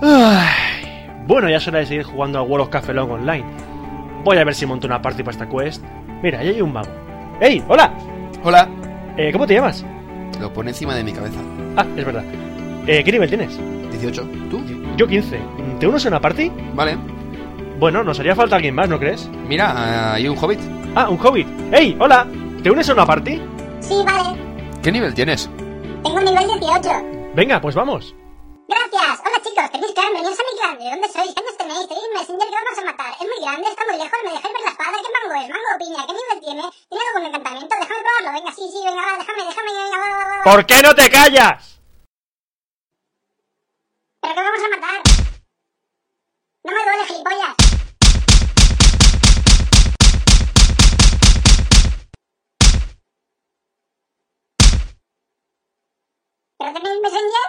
Ay, bueno, ya es hora de seguir jugando a World of Café Long Online. Voy a ver si monto una party para esta quest. Mira, ahí hay un mago. ¡Ey! ¡Hola! Hola. Eh, ¿Cómo te llamas? Lo pone encima de mi cabeza. Ah, es verdad. Eh, ¿Qué nivel tienes? 18. ¿Tú? Yo 15. ¿Te unes a una party? Vale. Bueno, nos haría falta alguien más, ¿no crees? Mira, ah, hay un hobbit. Ah, un hobbit. ¡Ey! ¡Hola! ¿Te unes a una party? Sí, vale. ¿Qué nivel tienes? Tengo un nivel 18. Venga, pues vamos. Gracias. Hola chicos, tenéis que bienvenidos a mi clan. ¿De dónde este sois? ¿Qué años tenéis? Tenéis Messenger que os vamos a matar. Es muy grande, está muy lejos, me dejáis ver la espada. ¿Qué mango es? ¿Mango o piña? ¿Qué nivel tiene? ¿Tiene algún encantamiento? Déjame probarlo. Venga, sí, sí, venga, va, déjame, déjame, venga, va, va, va, va. ¿Por qué no te callas? ¿Pero qué vamos a matar? No me duele, gilipollas. ¿Pero tenéis Messenger?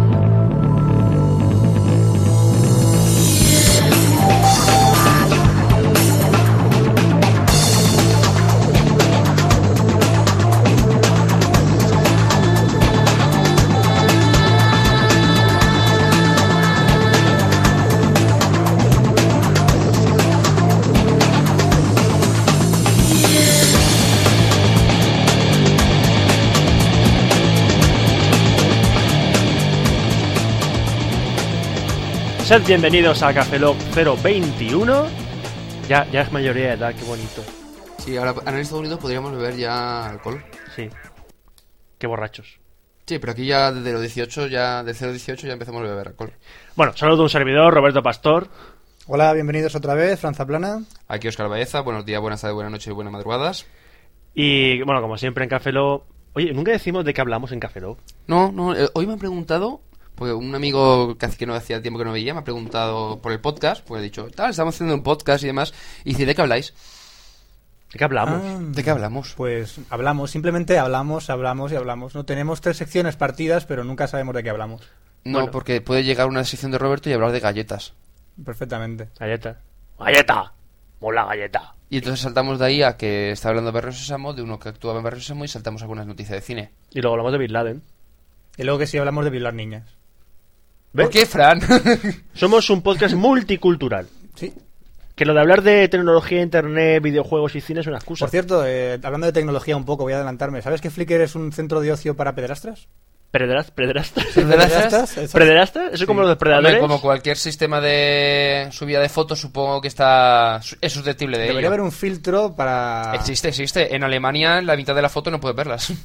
Sed bienvenidos a Café Lock 021. Ya, ya es mayoría de edad, qué bonito. Sí, ahora ahora en Estados Unidos podríamos beber ya alcohol. Sí. Qué borrachos. Sí, pero aquí ya desde los 18, ya de 0 a 18 ya empezamos a beber alcohol. Bueno, saludo a un servidor, Roberto Pastor. Hola, bienvenidos otra vez, Franza Plana. Aquí Oscar Baeza, buenos días, buenas tardes, buenas noches y buenas madrugadas. Y bueno, como siempre en Café Lock... Oye, nunca decimos de qué hablamos en Café Lock. No, no, eh, hoy me han preguntado, porque un amigo que hace que no hacía tiempo que no veía me ha preguntado por el podcast, pues he dicho, tal, estamos haciendo un podcast y demás, y dice, ¿de qué habláis? ¿De qué hablamos? Ah. ¿De qué hablamos? Pues hablamos, simplemente hablamos, hablamos y hablamos. No tenemos tres secciones partidas, pero nunca sabemos de qué hablamos. No, bueno. porque puede llegar una sección de Roberto y hablar de galletas. Perfectamente. Galleta. Galleta. Mola galleta. Y entonces saltamos de ahí a que está hablando de Barrio Sésamo, de uno que actuaba en Barrio Sésamo y saltamos algunas noticias de cine. Y luego hablamos de Bin Laden. Y luego que sí hablamos de violar niñas. ¿Ves? ¿Por qué, Fran? Somos un podcast multicultural. Sí. Que lo de hablar de tecnología, internet, videojuegos y cine es una excusa. Por cierto, eh, hablando de tecnología un poco, voy a adelantarme. ¿Sabes que Flickr es un centro de ocio para pederastras? Prederas- ¿Pederastas? ¿Pederastas? Esas- ¿Pederastas? ¿Eso es como los depredadores? Hombre, como cualquier sistema de subida de fotos, supongo que está es susceptible de Debería ello. haber un filtro para... Existe, existe. En Alemania la mitad de la foto no puedes verlas.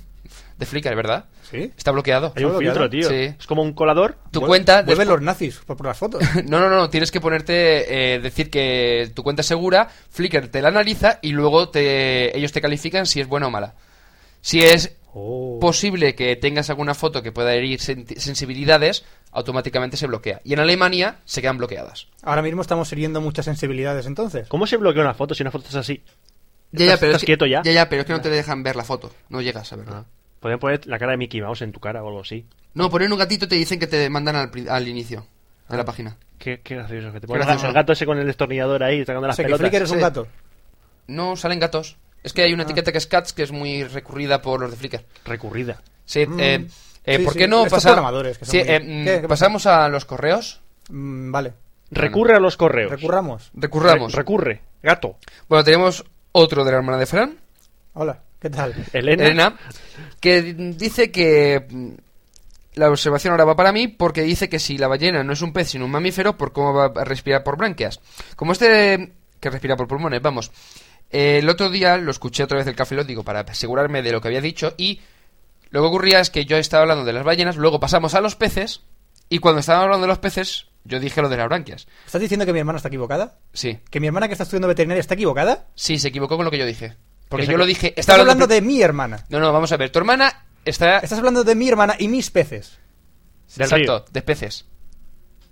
De Flickr, ¿verdad? ¿Sí? Está bloqueado. Hay un Solo filtro, queda- tío. Sí. Es como un colador. Tu Vuel- cuenta... despu- Vuelven los nazis por, por las fotos. No, no, no. Tienes que ponerte... eh, decir que tu cuenta es segura, Flickr te la analiza y luego te, ellos te califican si es buena o mala. Si es Oh. posible que tengas alguna foto que pueda herir sen- sensibilidades, automáticamente se bloquea. Y en Alemania se quedan bloqueadas. Ahora mismo estamos hiriendo muchas sensibilidades, entonces. ¿Cómo se bloquea una foto si una foto es así? Ya, ¿Estás- ya, pero estás es que, quieto ya? Ya, ya, pero es que no te dejan ver la foto. No llegas a verla. Ah. Podrían poner la cara de Mickey Mouse en tu cara o algo así. No, poner un gatito te dicen que te mandan al, pri- al inicio de la Ah. página. Qué, qué gracioso que te pones gracioso. el gato ese con el destornillador ahí, sacando O las sea, que pelotas. Flickr es un Sí. gato. No, salen gatos. Es que hay una etiqueta que es cats que es muy recurrida por los de Flickr. Recurrida. Sí, eh, eh, Mm. Sí, ¿por sí, qué no estos pasa- programadores que son Sí, muy- eh, mm, ¿Qué? ¿Qué pasa? pasamos a los correos? Mm, vale. Recurre a los correos. Recurramos. Recurramos. Re- recurre. Gato. bueno, tenemos otro de la hermana de Fran, Hola, ¿qué tal? Elena. Elena, que dice que mm, la observación ahora va para mí porque dice que si la ballena no es un pez sino un mamífero, ¿por cómo va a respirar por branquias? Como este que respira por pulmones, vamos. Eh, el otro día lo escuché otra vez del café, lo digo, para asegurarme de lo que había dicho y lo que ocurría es que yo estaba hablando de las ballenas, luego pasamos a los peces y cuando estaba hablando de los peces yo dije lo de las branquias. ¿Estás diciendo que mi hermana está equivocada? Sí, ¿Que mi hermana que está estudiando veterinaria está equivocada? sí, se equivocó con lo que yo dije. Porque Que se yo lo equi- dije... Estás estaba hablando de mi hermana. No, no, vamos a ver. Tu hermana está... Estás hablando de mi hermana y mis peces. Del Exacto, río. de peces.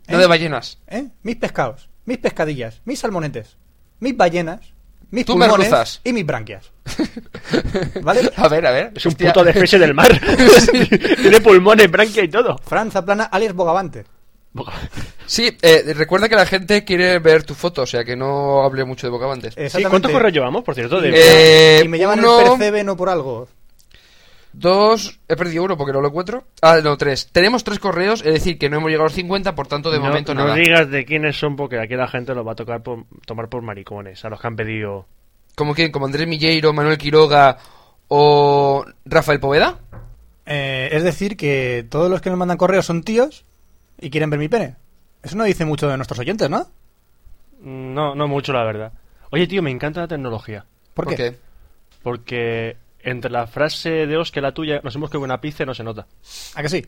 ¿Eh? No de ballenas. ¿eh? Mis pescados, mis pescadillas, mis salmonetes, mis ballenas, mis Tú me pulmones rozas. y mis branquias. ¿Vale? A ver, a ver. Es un Hostia. puto defeche del mar. Tiene pulmones, branquia y todo. Franza Plana, alias Bogavante. Sí, eh, recuerda que la gente quiere ver tu foto, o sea que no hable mucho de Eh. bocavantes. Sí, ¿Cuántos correos llevamos, por cierto? De... Eh, y me llaman uno- el percebeno por algo. Dos, he perdido uno porque no lo encuentro. Ah, no, tres. Tenemos tres correos, es decir, que no hemos llegado a los 50, por tanto, de no, momento no nada. digas de quiénes son porque aquí la gente los va a tocar por- tomar por maricones, a los que han pedido... ¿Como quién? ¿Como Andrés Milleiro, Manuel Quiroga o Rafael Poveda? Eh, es decir, que todos los que nos mandan correos son tíos y quieren ver mi pene. Eso no dice mucho de nuestros oyentes, ¿no? Mm, No, no mucho, la verdad. Oye, tío, me encanta la tecnología. ¿Por, qué? Porque entre la frase de Oscar y la tuya nos hemos comido una pizza y no se nota. ¿A que sí?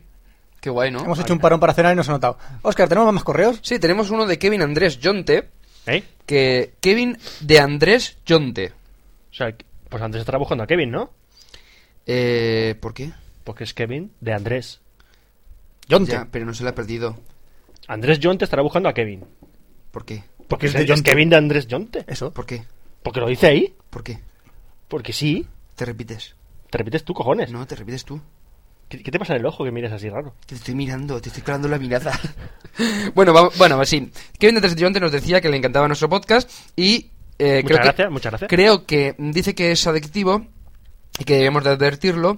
Qué guay, ¿no? Hemos hecho un parón para cenar y nos ha notado. Oscar, ¿tenemos más correos? Sí, tenemos uno de Kevin Andrés Yonte, ¿Eh? que... Kevin de Andrés Yonte. O sea, pues antes estaba buscando a Kevin, ¿no? Eh, ¿por qué? Porque es Kevin de Andrés. Yonte. Ya, pero no se la ha perdido. Andrés Jonte estará buscando a Kevin. ¿Por qué? Porque es es, de es Jonte. Kevin de Andrés Jonte. Eso. ¿Por qué? Porque lo dice ahí. ¿Por qué? Porque sí. Te repites. Te repites tú, cojones. No, te repites tú. ¿Qué, qué te pasa en el ojo que mires así raro? Te estoy mirando, te estoy clavando la mirada. bueno, va- bueno, sí. Kevin de Tres Yonte nos decía que le encantaba nuestro podcast y... eh, creo muchas que- gracias, muchas gracias. Creo que dice que es adictivo y que debemos de advertirlo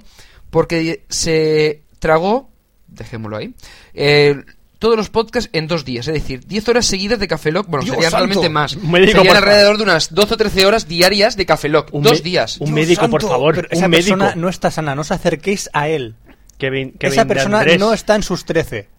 porque se tragó, dejémoslo ahí, eh, todos los podcasts en dos días, es decir, 10 horas seguidas de Café Lock, bueno, ¡Dios serían santo! realmente más, Un médico, serían por alrededor de unas 12 o 13 horas diarias de Café Lock, Un dos me- días. Un médico, por favor, pero Esa un médico. persona no está sana, no os acerquéis a él. Kevin, Kevin esa de persona Andrés, no está en sus 13.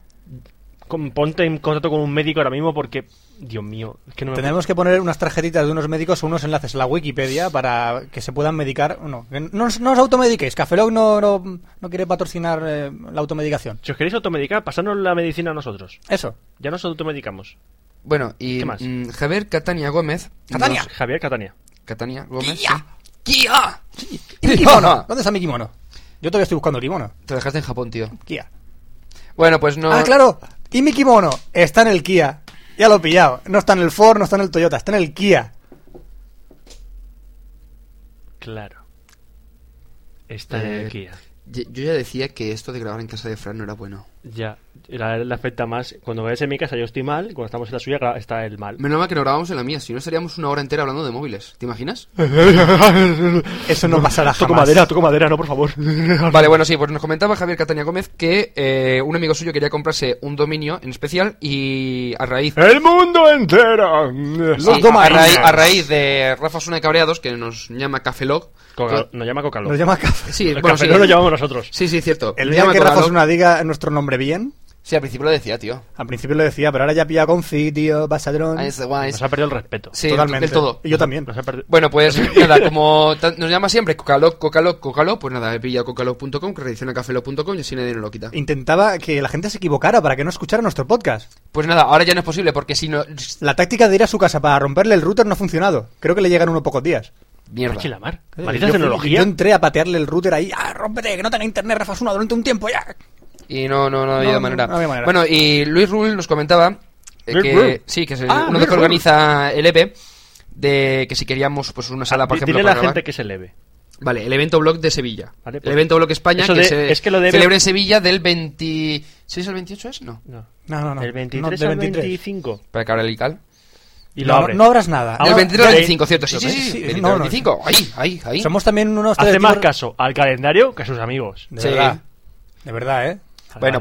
con- ponte en contacto con un médico ahora mismo porque... Dios mío, es que no me... Tenemos que poner unas tarjetitas de unos médicos o unos enlaces en la Wikipedia para que se puedan medicar. No, que no, os- no os automediquéis. Cafelog no, no, no quiere patrocinar eh, la automedicación. Si os queréis automedicar, pasadnos la medicina a nosotros. Eso. Ya nos automedicamos. Bueno, y ¿Qué más? mm, Javier Catania Gómez. Catania. nos- Javier Catania. Catania Gómez. ¡Kia! sí. ¿Y mi kimono? ¿Dónde está mi kimono? Yo todavía estoy buscando el kimono. Te lo dejaste en Japón, tío. Kia. Bueno, pues no. Ah, claro. Y mi kimono está en el Kia. Ya lo he pillado. No está en el Ford, no está en el Toyota, está en el Kia. Claro. Está Eh, en el Kia. Ye- Yo ya decía que esto de grabar en casa de Fran no era bueno. Ya, la, la afecta más. Cuando ves en mi casa yo estoy mal, cuando estamos en la suya gra- está el mal. Menos mal que no grabamos en la mía, si no estaríamos una hora entera hablando de móviles. ¿Te imaginas? Eso no pasará jamás. Toco madera, toco madera, no, por favor. Vale, bueno, sí, pues nos comentaba Javier Catania Gómez que eh, un amigo suyo quería comprarse un dominio en especial y a raíz, Eh, ¡El mundo entero! sí, Los a, domainas. raíz a raíz de Rafa Suna de Cabreados, que nos llama Cafelog. Coca- nos llama Cocalo. Nos llama café. Sí, El bueno, café sí, no lo llamamos nosotros. sí, sí, cierto. El Nos día llama que Rafa Coca-Cola. Osuna diga nuestro nombre bien, Sí, al principio lo decía, tío. al principio lo decía, pero ahora ya pilla con fi, tío, basadrón. Ah, ese guay. Nos ha perdido el respeto. Sí, Totalmente. del todo. Y yo también. Nos ha perdi- Bueno, pues nada, como ta- nos llama siempre Cocaloc, Cocaloc, Cocaloc, pues nada, he pillado cocaloc.com, que redacciona cafelog.com y así nadie nos lo quita. Intentaba que la gente se equivocara para que no escuchara nuestro podcast. Pues nada, ahora ya no es posible porque si no... La táctica de ir a su casa para romperle el router no ha funcionado. Creo que le llegan unos pocos días. Mierda. Pachi la mar. Eh, Maldita yo fui- tecnología. Yo entré a patearle el router ahí. ¡Ah, rómpete! Que no tenga internet, Rafa Osuna, durante un tiempo ya. Y no, no, no había, No, no, manera. no había manera. Bueno, y Luis Rull nos comentaba eh, Luis que Rull. sí, que es el- Ah, uno de Luis que Rull. organiza el EP de que si queríamos pues una sala por Di- ejemplo Dile a para la grabar. gente que se leve. Vale, el evento blog de Sevilla. Vale, el pues- evento blog España Eso que de- se es que lo debe- celebra en Sevilla del 26 al 28 es, no. No. No, no, no. Del 23 No, del al 23. 25. Para que abra el ICAL. Y lo no, abre. no abras nada. Ah, del No, 23 al ya- 25, cierto. Sí, ¿lo sí, ves? sí, Sí, 23 no, al no. 25. Ahí, ahí, ahí. Somos también unos Hace estereotipos- más caso al calendario que a sus amigos. De Sí. verdad. De verdad, ¿eh? Bueno,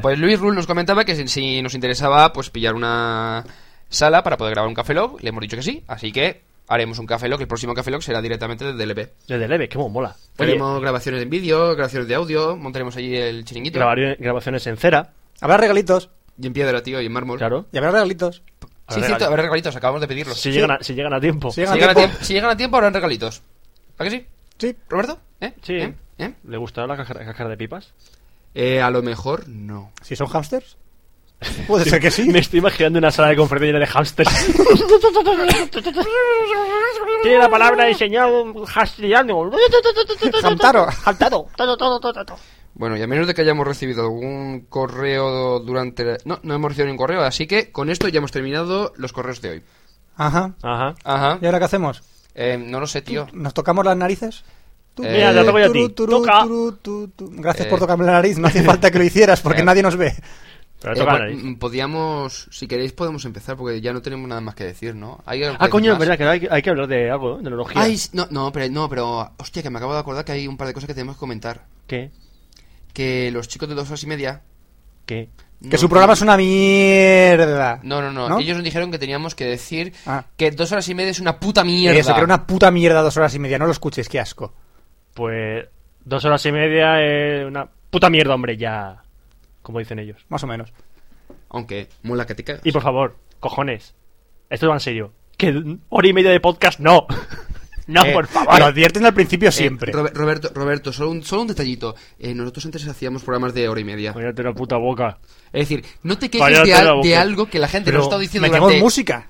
Vale. pues Luis Rull nos comentaba que si, si nos interesaba pues pillar una sala para poder grabar un Café Log, le hemos dicho que sí, así que haremos un Café Log, el próximo Café Log será directamente desde el EP. Desde leve, que mola. Oye, Haremos grabaciones en vídeo, grabaciones de audio, montaremos allí el chiringuito. grabar- grabaciones en cera, Habrá regalitos. Y en piedra, tío, y en mármol. claro. Y habrá regalitos. Sí, Habrá cierto, regalitos. habrá regalitos, acabamos de pedirlos. Si, Si, llegan a, si llegan a tiempo. Si llegan llegan a a tiempo. tiemp- si llegan a tiempo, habrán regalitos. ¿A que sí? Sí. ¿Roberto? ¿Eh? Sí. ¿Eh? ¿Eh? ¿Le gustará la caja, caja de pipas? Eh, a lo mejor no. Si son hamsters. Puede ser que sí. Me estoy imaginando una sala de conferencia llena de hamsters. Tiene la palabra el señor Hastiliano. Hamtaro. Saltado. Bueno, y a menos de que hayamos recibido algún correo durante... la- No, no hemos recibido ningún correo, así que con esto ya hemos terminado los correos de hoy. Ajá. Ajá. Ajá. ¿Y ahora qué hacemos? Eh, no lo sé, tío. ¿Nos tocamos las narices? Tú- Eh, Mira, te toco yo a ti. Toca. tú, tú. Gracias Eh. por tocarme la nariz. No hace falta que lo hicieras porque Eh. nadie nos ve. Pero Eh, toca la bueno, nariz. mm, podíamos... Si queréis podemos empezar porque ya no tenemos nada más que decir, ¿no? Hay algo que Ah, decir coño, es más. verdad que hay, hay que hablar de algo, ¿eh? de tecnología. Ay, sí, no, no, pero, no, pero, hostia, que me acabo de acordar que hay un par de cosas que tenemos que comentar. ¿Qué? que los chicos de dos horas y media. ¿Qué? Que su programa es una mierda. No, no, no, ¿No? Ellos nos dijeron que teníamos que decir Ah. que dos horas y media es una puta mierda. Eso, que era una puta mierda dos horas y media. No lo escuches, qué asco. Pues dos horas y media es una puta mierda, hombre, ya. Como dicen ellos. Más o menos. Aunque, mola que te cagas. Y por favor, cojones, esto va en serio. Que hora y media de podcast, no. no, Eh, por Lo favor. advierten al principio Eh, siempre. Robe- Roberto, Roberto, solo un, solo un detallito. Eh, nosotros antes hacíamos programas de hora y media. Cállate la puta boca. Es decir, no te quejes Cállate de, la al- boca. de algo que la gente Pero nos está diciendo metemos durante... música.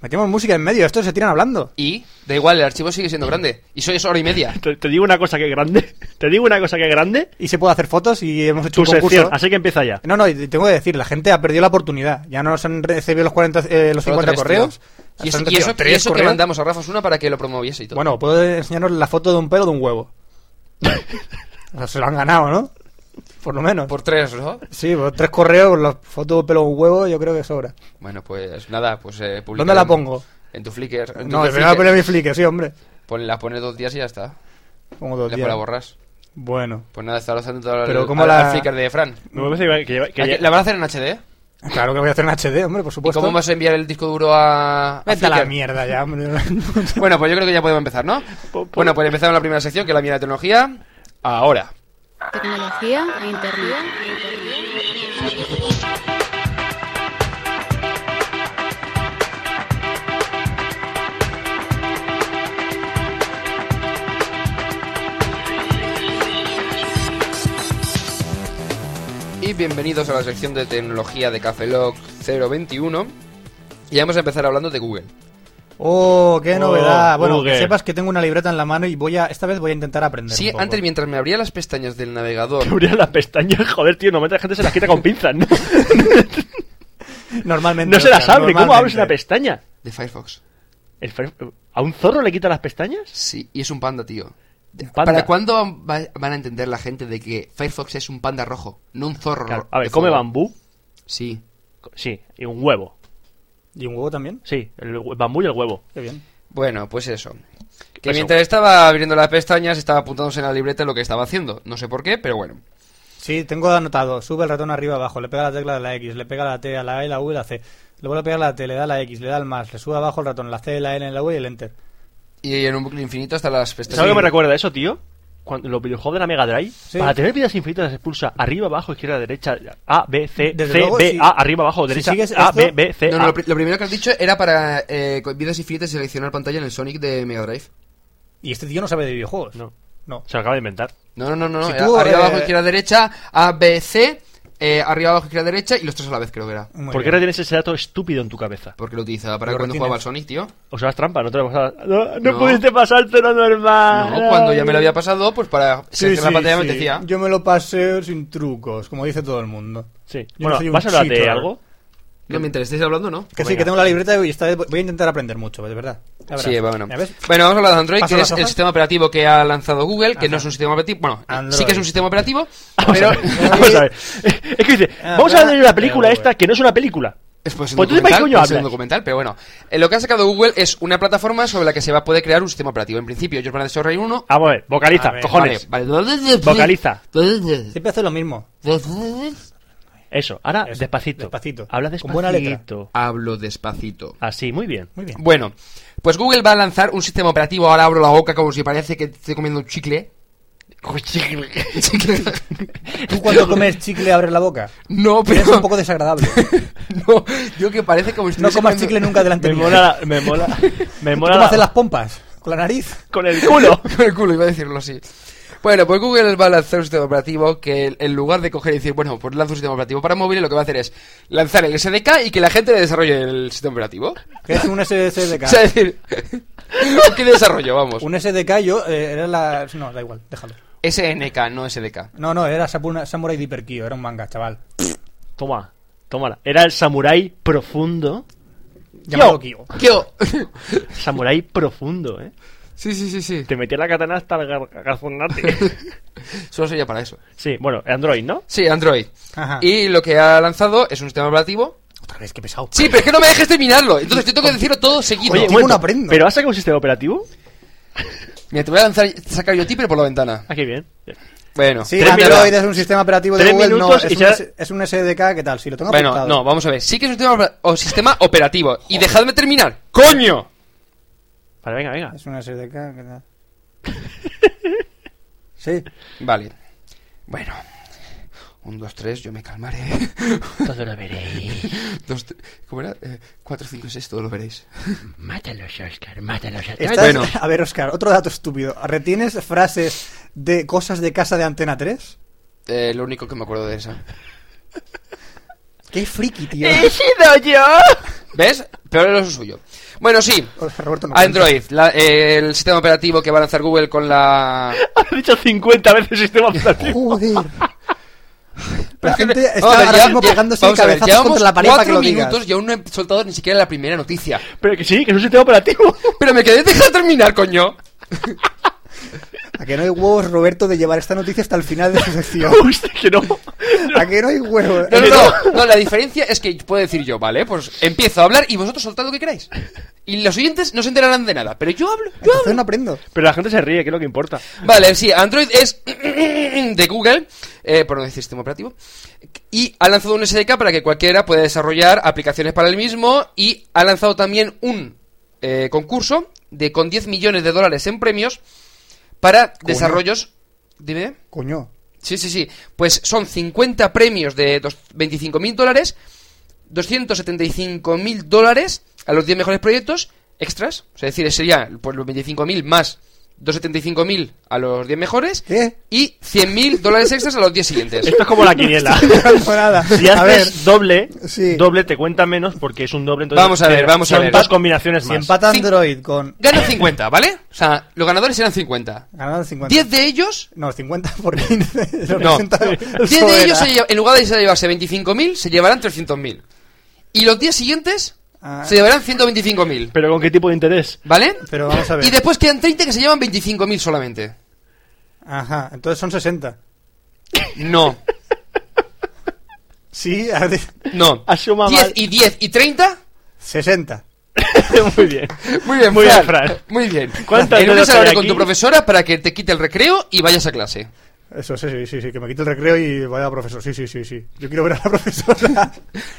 Metemos música en medio. Estos se tiran hablando. Y, da igual, el archivo sigue siendo grande. Y soy es hora y media. Te, te digo una cosa que es grande. Te digo una cosa que es grande. Y se puede hacer fotos y hemos hecho Tu un concurso. sección. Así que empieza ya. No, no, y tengo que decir, la gente ha perdido la oportunidad. Ya no nos han recibido los, 40, eh, los Solo 50 tres, correos. tío. Y, es- Nos han y eso, recibido y tres eso que correos. mandamos a Rafa Osuna para que lo promoviese y todo. Bueno, puedo enseñaros la foto de un pelo de un huevo. O sea, se lo han ganado, ¿no? Por lo menos. por tres, ¿no? Sí, por tres correos, la foto de un pelo de un huevo, yo creo que sobra. Bueno, pues nada, pues eh, publica ¿Dónde la en- pongo? En tu Flickr. En tu No, al Flickr. final poner mi flicker, sí, hombre. Pon- la pones dos días y ya está. Pongo dos Después días. la borras. Bueno, Pues nada, está haciendo todo Pero al- ¿cómo al- la- al Flickr de Fran. No me parece que, que- que- ¿La que- ¿La van a hacer en HD? claro que voy a hacer en HD, hombre, por ¿Y supuesto. cómo vas a enviar el disco duro a, a Vete a la Flickr? mierda ya, hombre. Bueno, pues yo creo que ya podemos empezar, ¿no? Po- po- Bueno, pues empezamos la primera sección, que es la mía de tecnología. Ahora. Tecnología e internet. Y bienvenidos a la sección de tecnología de Cafelog 021. Y vamos a empezar hablando de Google. oh, qué Oh, novedad. bueno, Google. que sepas que tengo una libreta en la mano y voy a esta vez voy a intentar aprender. Sí, un poco. antes mientras me abría las pestañas del navegador. que abrir las pestañas. Joder, tío, normalmente la gente se las quita con pinzas, ¿no? Normalmente. no se las Oscar, abre. ¿Cómo abres normalmente. una pestaña? De Firefox. ¿El Fire- ¿A un zorro le quita las pestañas? Sí, y es un panda, tío. panda. ¿Para cuándo va- van a entender la gente de que Firefox es un panda rojo, no un zorro Claro, ro- a de ver, come fuego? bambú. Sí. Co- Sí, y un huevo. ¿Y un huevo también? Sí, el hue- bambú y el huevo. Qué bien. Bueno, pues eso. Que Eso. mientras estaba abriendo las pestañas, estaba apuntándose en la libreta lo que estaba haciendo. No sé por qué, pero bueno. Sí, tengo anotado. Sube el ratón arriba abajo, le pega la tecla de la X, le pega la T, a la A y la U y la C. Le vuelve a pegar la T, le da la X, le da el más, le sube abajo el ratón, la C, la N, la U y el Enter. Y en un bucle infinito hasta las pestañas. ¿Sabes lo que me recuerda eso, tío? Cuando los videojuegos de la Mega Drive, Sí. para tener vidas infinitas las expulsa arriba, abajo, izquierda, derecha, A, B, C, Desde C, luego, B, si- A, arriba, abajo, si derecha, sigues A, esto- B, B, C, No, no, A. Ah. lo, pri- lo primero que has dicho era para eh, con vidas infinitas seleccionar pantalla en el Sonic de Mega Drive. Y este tío no sabe de videojuegos. No, No. se lo acaba de inventar. No, no, no, no. Si era tú, arriba, eh, abajo, izquierda, derecha, A, B, C, eh, arriba, abajo, izquierda, derecha y los tres a la vez creo que era. Muy ¿Por qué bien. ahora tienes ese dato estúpido en tu cabeza? Porque lo utilizaba para Lo cuando retienes. jugaba al Sonic, tío. O sea, es trampa, no te lo pasabas. No, no No. pudiste pasártelo normal. No, cuando ya me lo había pasado, pues para Ah. Sí, seleccionar sí, pantalla sí. me decía. Yo me lo pasé sin trucos, como dice todo el mundo. Sí. Yo Bueno, no soy un ¿vas a hablar de cheater. algo? No, mientras estáis hablando, ¿no? Que sí, Venga. que tengo la libreta y esta vez voy a intentar aprender mucho, de verdad. Ya verás. Sí, bueno. ¿Ya ves? Bueno, vamos a hablar de Android, ¿Paso que las es el hojas? sistema operativo que ha lanzado Google, que Ajá. no es un sistema operativo. Bueno, Android. sí que es un sistema operativo, Vamos pero. a ver. Vamos a ver. Es que dice, Ah, vamos a hablar de una claro, película güey. esta que no es una película. Después Pues tú de qué coño hablas. un documental, pero bueno. Eh, lo que ha sacado Google es una plataforma sobre la que se va a poder crear un sistema operativo. En principio, ellos van a desarrollar uno. Ah, Vamos a ver, vocaliza, A ver, cojones. Vale, vale. Vocaliza. Siempre hace lo mismo. Eso, ahora Eso, despacito. despacito. Habla Con despacito. buena letra. Hablo despacito. Así, muy bien. Muy bien. Bueno, pues Google va a lanzar un sistema operativo. Ahora abro la boca como si parece que estoy comiendo un chicle. Chicle. ¿Tú cuando comes chicle abres la boca? No, Pero pero. es un poco desagradable. No, yo que parece como si No estuviese comas comiendo- chicle nunca delante Me de mí. mola, la- me mola, me ¿Tú mola. ¿Cómo la- haces las pompas? ¿Con la nariz? Con el culo. Con el culo, iba a decirlo así. Bueno, pues Google va a lanzar un sistema operativo que en lugar de coger y decir, bueno, pues lanza un sistema operativo para móviles, lo que va a hacer es lanzar el SDK y que la gente le desarrolle el sistema operativo. Que es un SDK. O sea, es decir, ¿qué desarrollo? Vamos. Un SDK yo eh, era la... No, da igual, déjalo. SNK, no SDK. No, no, era Sapuna- Samurai Deeper Kyo, era un manga, chaval. Toma, tómala. Era el samurái profundo. Llámalo Kyo. ¿Qué? o- Samurái profundo, ¿eh? Sí, sí, sí, sí. Te metía la katana hasta el gar- garzonate. Solo sería para eso. sí, bueno, Android, ¿no? Sí, Android. Ajá. Y lo que ha lanzado es un sistema operativo. Otra vez, qué pesado. Sí, pero es que no me dejes terminarlo. Entonces yo tengo que decirlo todo seguido. Oye, un ¿cómo no momento, aprendo? ¿Pero has sacado un sistema operativo? Mira, te voy a lanzar, sacar yo a ti, pero por la ventana. Ah, qué bien. Bueno, Sí, Tres Android minutos. es un sistema operativo de Tres Google, no, minutos es, y un, ya- S- es un SDK, ¿qué tal? Si lo tengo bueno, apuntado. no, vamos a ver. Sí que es un sistema, opera- o sistema operativo. Y dejadme terminar. ¡Coño! Vale, venga, venga. Es un SDK, ¿qué tal? sí. Vale. Bueno. Un, dos, tres, yo me calmaré. Todo lo veréis. Dos, tre- ¿Cómo era? Eh, cuatro, cinco, seis, todo lo veréis. Mátalos, Oscar, mátalos a Estás- Bueno. A ver, Oscar, otro dato estúpido. ¿Retienes frases de cosas de casa de Antena 3? Eh, lo único que me acuerdo de esa. Qué friki, tío. sido yo? ¿Ves? Peor era lo suyo. Bueno, sí. Roberto, no Android, la- eh, el sistema operativo que va a lanzar Google con la... Has dicho 50 veces sistema operativo. Joder. La gente Vamos está a ver, ahora ya- mismo ya- pegándose vamos a ver, cabezazos llevamos contra la pared para que cuatro lo digas. minutos y aún no he soltado ni siquiera la primera noticia. Pero que sí, que es un sistema operativo. Pero me quedé dejar terminar, coño. ¿A que no hay huevos, Roberto, de llevar esta noticia hasta el final de su sección? Hostia, que no. ¿A que no hay huevos? No, no, no, no, la diferencia es que puedo decir yo, vale, pues empiezo a hablar y vosotros soltad lo que queráis. Y los oyentes no se enterarán de nada, pero yo hablo, yo Entonces hablo. no aprendo. Pero la gente se ríe, que es lo que importa. Vale, sí, Android es de Google, eh, por no decir sistema operativo, y ha lanzado un SDK para que cualquiera pueda desarrollar aplicaciones para el mismo y ha lanzado también un eh, concurso de con 10 millones de dólares en premios para desarrollos... Dime. Coño. Sí, sí, sí. Pues son 50 premios de dos- 25.000 dólares, 275.000 dólares a los 10 mejores proyectos extras. O sea, es decir, sería pues, los 25.000 más 275.000 a los 10 mejores ¿Qué? y 100.000 dólares extras a los 10 siguientes. Esto es como la quiniela. No, nada. Si A ver, haces doble, sí. doble te cuenta menos porque es un doble. Entonces Vamos a ver, te- vamos a son ver. dos combinaciones si más. empata Sí. Android con... Ganan 50, ¿vale? O sea, los ganadores eran 50. Ganando 50. 10 de ellos... No, 50 por 15. No. 10 10 de ellos, se lle- en lugar de llevarse 25.000, se llevarán 300.000. Y los 10 siguientes Ah. se llevarán 125.000. Pero con qué tipo de interés. ¿Vale? Pero vamos a ver. Y después quedan 30 que se llevan 25.000 solamente. Ajá, entonces son 60. No, Sí, a ver, no. Ha sido más 10 mal. y 10 y 30. 60. Muy bien. Muy bien, Muy bien, Fran. Fran. Muy bien. ¿Cuántas En una dedos sala hay con aquí? tu profesora para que te quite el recreo y vayas a clase. Eso, sí, sí, sí, sí, que me quito el recreo y vaya profesor. Sí, sí, sí, sí. Yo quiero ver a la profesora.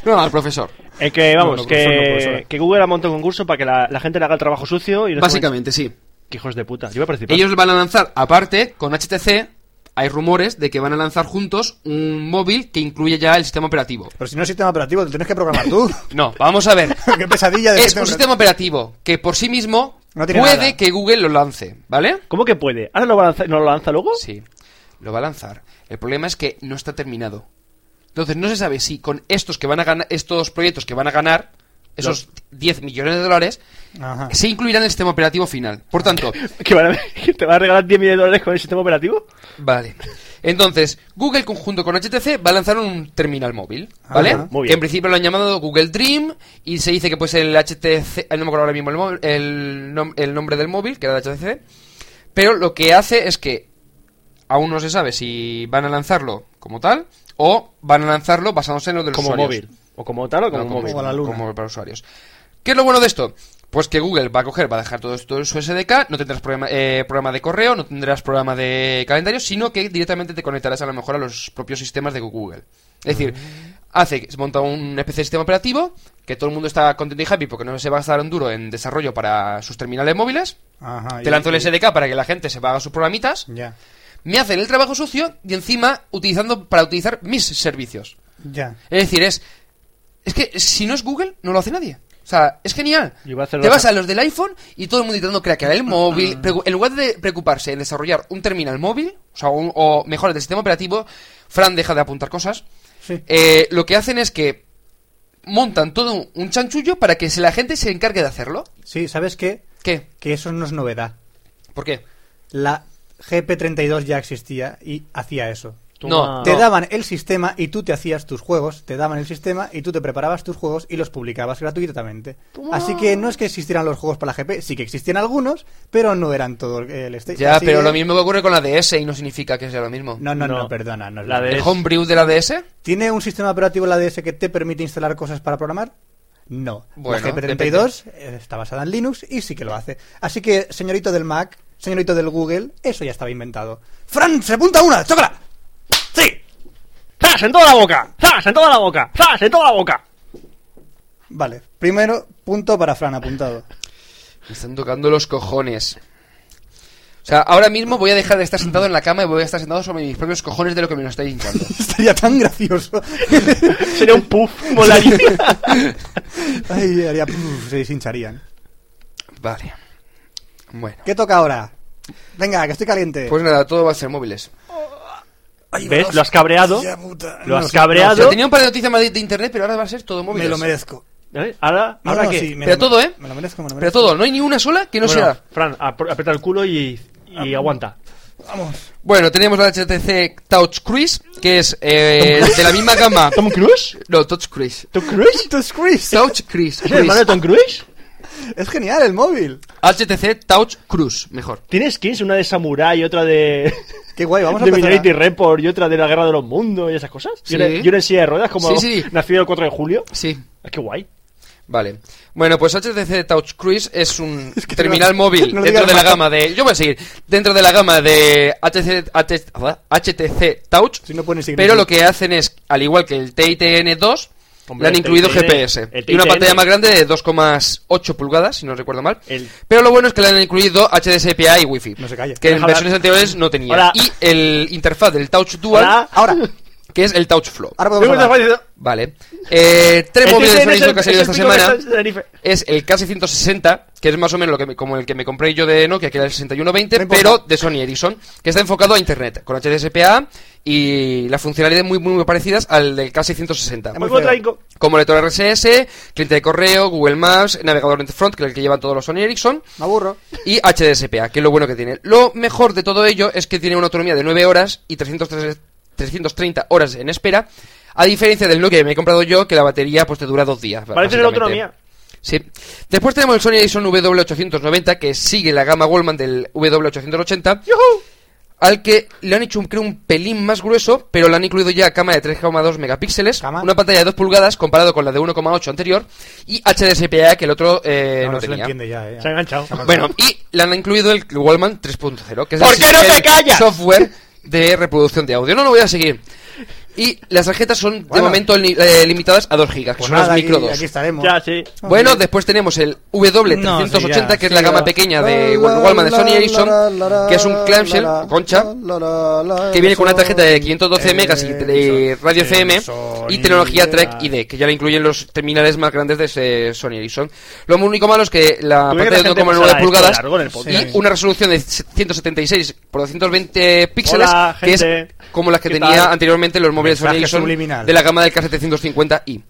No, al profesor. Es que, vamos, No, no, que, profesor, pues no, profesora. que Google ha montado un concurso para que la, la gente le haga el trabajo sucio y... les Básicamente, sí. comente- Que hijos de puta. Yo voy a participar. Ellos van a lanzar, aparte, con HTC, hay rumores de que van a lanzar juntos un móvil que incluye ya el sistema operativo. Pero si no es sistema operativo, te tienes que programar tú. No, vamos a ver. Qué pesadilla de es un sistema operativo que por sí mismo No tiene puede nada. que Google lo lance, ¿vale? ¿Cómo que puede? ¿Ahora lo va a lanzar, no lo lanza luego? Sí, lo va a lanzar. El problema es que no está terminado. Entonces no se sabe si con estos que van a ganar, estos proyectos que van a ganar, esos 10 millones de dólares, Ajá. se incluirán en el sistema operativo final. Por tanto, ¿Que, van a- que te va a regalar 10 millones de dólares con el sistema operativo? vale. Entonces, Google conjunto con HTC va a lanzar un terminal móvil, ¿vale? Ajá. Muy Que bien. en principio lo han llamado Google Dream y se dice que pues el HTC, eh, no me acuerdo ahora mismo el, móvil- el nom- el nombre del móvil, que era de HTC, pero lo que hace es que aún no se sabe si van a lanzarlo como tal o van a lanzarlo basándose en lo de los Como usuarios. móvil. O como tal o como, No, móvil. como- a la luna. como para usuarios. ¿Qué es lo bueno de esto? Pues que Google va a coger, va a dejar todo esto en su SDK, no tendrás programa, eh, programa de correo, no tendrás programa de calendario, sino que directamente te conectarás a lo mejor a los propios sistemas de Google. Es decir, Ah. hace que se monta una especie de sistema operativo, que todo el mundo está contento y happy porque no se va a gastar un duro en desarrollo para sus terminales móviles. Ajá. Te y- lanzo el SDK para que la gente se haga sus programitas, Ya. me hacen el trabajo sucio y encima utilizando para utilizar mis servicios. Ya. Es decir, es. Es que si no es Google, no lo hace nadie. O sea, es genial. Y va a hacer Te la- vas a los del iPhone y todo el mundo intentando craquear el móvil. Precu- En lugar de preocuparse en desarrollar un terminal móvil, o sea, un- o mejor, el del sistema operativo, Fran deja de apuntar cosas. Sí. Eh, lo que hacen es que montan todo un chanchullo para que se- la gente se encargue de hacerlo. Sí, ¿sabes qué? ¿Qué? Que eso no es novedad. ¿Por qué? La GP32 ya existía y hacía eso. Toma. No, Te daban el sistema y tú te hacías tus juegos, te daban el sistema y tú te preparabas tus juegos y los publicabas gratuitamente. Así que no es que existieran los juegos para la GP, sí que existían algunos, pero no eran todo el este. Ya, así pero que- lo mismo que ocurre con la DS y no significa que sea lo mismo. No, no, no, No. perdona. No es La verdad. de- ¿El es- homebrew de la DS? ¿Tiene un sistema operativo la DS que te permite instalar cosas para programar? No. Bueno, la GP32 está basada en Linux y sí que lo hace. Así que, señorito del Mac, señorito del Google, eso ya estaba inventado. ¡Fran, se apunta una! ¡Chócala! ¡Sí! ¡Zas en toda la boca! ¡Zas en toda la boca! ¡Zas en toda la boca! Vale, primero punto para Fran apuntado. Me están tocando los cojones. O sea, ahora mismo voy a dejar de estar sentado en la cama y voy a estar sentado sobre mis propios cojones de lo que me lo estáis hinchando. Estaría tan gracioso. Sería un puff, molaría. Ay, haría... puf, se deshincharían. Vale. Bueno. ¿Qué toca ahora? Venga, que estoy caliente. Pues nada, todo va a ser móviles. ¿Ves? Lo has cabreado. Ya, puta. Lo No has sé, no O sea, cabreado. tenía un par de noticias más de de internet, pero ahora va a ser todo móviles. Me lo merezco. ¿Eh? Ahora, No, ahora no, qué? sí, me Pero lo- todo, ¿eh? Me lo merezco, me lo Pero merezco. todo, no hay ni una sola que no Bueno, sea. Fran, ap- aprieta el culo y, y aguanta. Vamos. Bueno, tenemos la HTC Touch Cruise, que es eh, de la misma gama. ¿Tom Cruise? No, Touch Cruise. ¿Tom Cruise? Tus Chris. Touch Cruise. ¿Es el hermano de Tom Cruise? Es genial el móvil. HTC Touch Cruise, mejor. Tiene skins, una de Samurai, otra de. Qué guay, vamos a de empezar. Minority Report y otra de la Guerra de los Mundos y esas cosas. Sí. Yo, era, yo era en silla de ruedas, como Sí, sí. nacido el 4 de julio. Sí. Ah, Qué guay. Vale. Bueno, pues HTC Touch Cruise es un que terminal no- móvil no dentro digas de la más. gama de. Yo voy a seguir. Dentro de la gama de HTC, HTC Touch. Si no pones signo. pero lo que hacen es, al igual que el TITN2, Hombre, le han el incluido TITN, GPS. el Y una TITN. pantalla más grande de 2,8 pulgadas, si no recuerdo mal. El- Pero lo bueno es que le han incluido HDSPA y Wi-Fi. No se calla. Que en Deja versiones hablar. anteriores no tenía. Hola. Y el interfaz del Touch Dual, Hola. Ahora, que es el Touch Flow. ahora Luego podemos te hablar. aparece- Vale. Eh, tres El móviles de TITN es Samsung el- que han salido es el pico esta que está semana en Tenerife. es el KC160, que es más o menos lo que me- como el que me compré yo de Nokia, que era el 6120, No importa. pero de Sony Ericsson, que está enfocado a Internet, con HDSPA y las funcionalidades muy, muy, muy parecidas al del muy KC160. Vuelvo otra feo. inco- Como lector RSS, cliente de correo, Google Maps, navegador front, que es el que llevan todos los Sony Ericsson, Me aburro. y HDSPA, que es lo bueno que tiene. Lo mejor de todo ello es que tiene una autonomía de 9 horas y 303 330 horas en espera, a diferencia del Nokia que me he comprado yo, que la batería pues te dura dos días. Parece la básicamente. autonomía. Sí. Después tenemos el Sony Ericsson W890, que sigue la gama Wallman del W880, ¡Yujú! al que le han hecho un, creo, un pelín más grueso, pero le han incluido ya cámara de 3,2 megapíxeles, Cama. una pantalla de 2 pulgadas comparado con la de 1,8 anterior, y HDSPA, que el otro eh, no, No, no se lo tenía. entiende ya, eh. Se ha enganchado. Bueno, y le han incluido el Wallman 3.0, que es ¿Por el, qué no te el callas? software de reproducción de audio. No lo voy a seguir. Y las tarjetas son de Bueno. momento li- eh, limitadas a 2 gigas, que Pues son las nada, aquí, micro 2. aquí estaremos. Ya, sí. Ah, Bueno, después tenemos el W380, No, sí, ya, que es sí, la gama ya. pequeña de La, la, Wallman de Sony la, la, Ericsson, la, la, que es un clamshell, la, la, concha, la, la, la, la, que viene con una tarjeta de Ericsson. 512 megas y de Ericsson. radio FM Ericsson. y tecnología Trek ID, que ya la incluyen los terminales más grandes de ese Sony Ericsson. Lo único malo es que la Tú ves que la pantalla de gente 1,9 pasará esto de pulgadas largo en el y podcast. Sí. una resolución de 176 por 220 píxeles, Hola, que es gente. como las que ¿Qué tenía tal? anteriormente los móviles Sony Mensaje Ericsson subliminal. de la gama del K750i.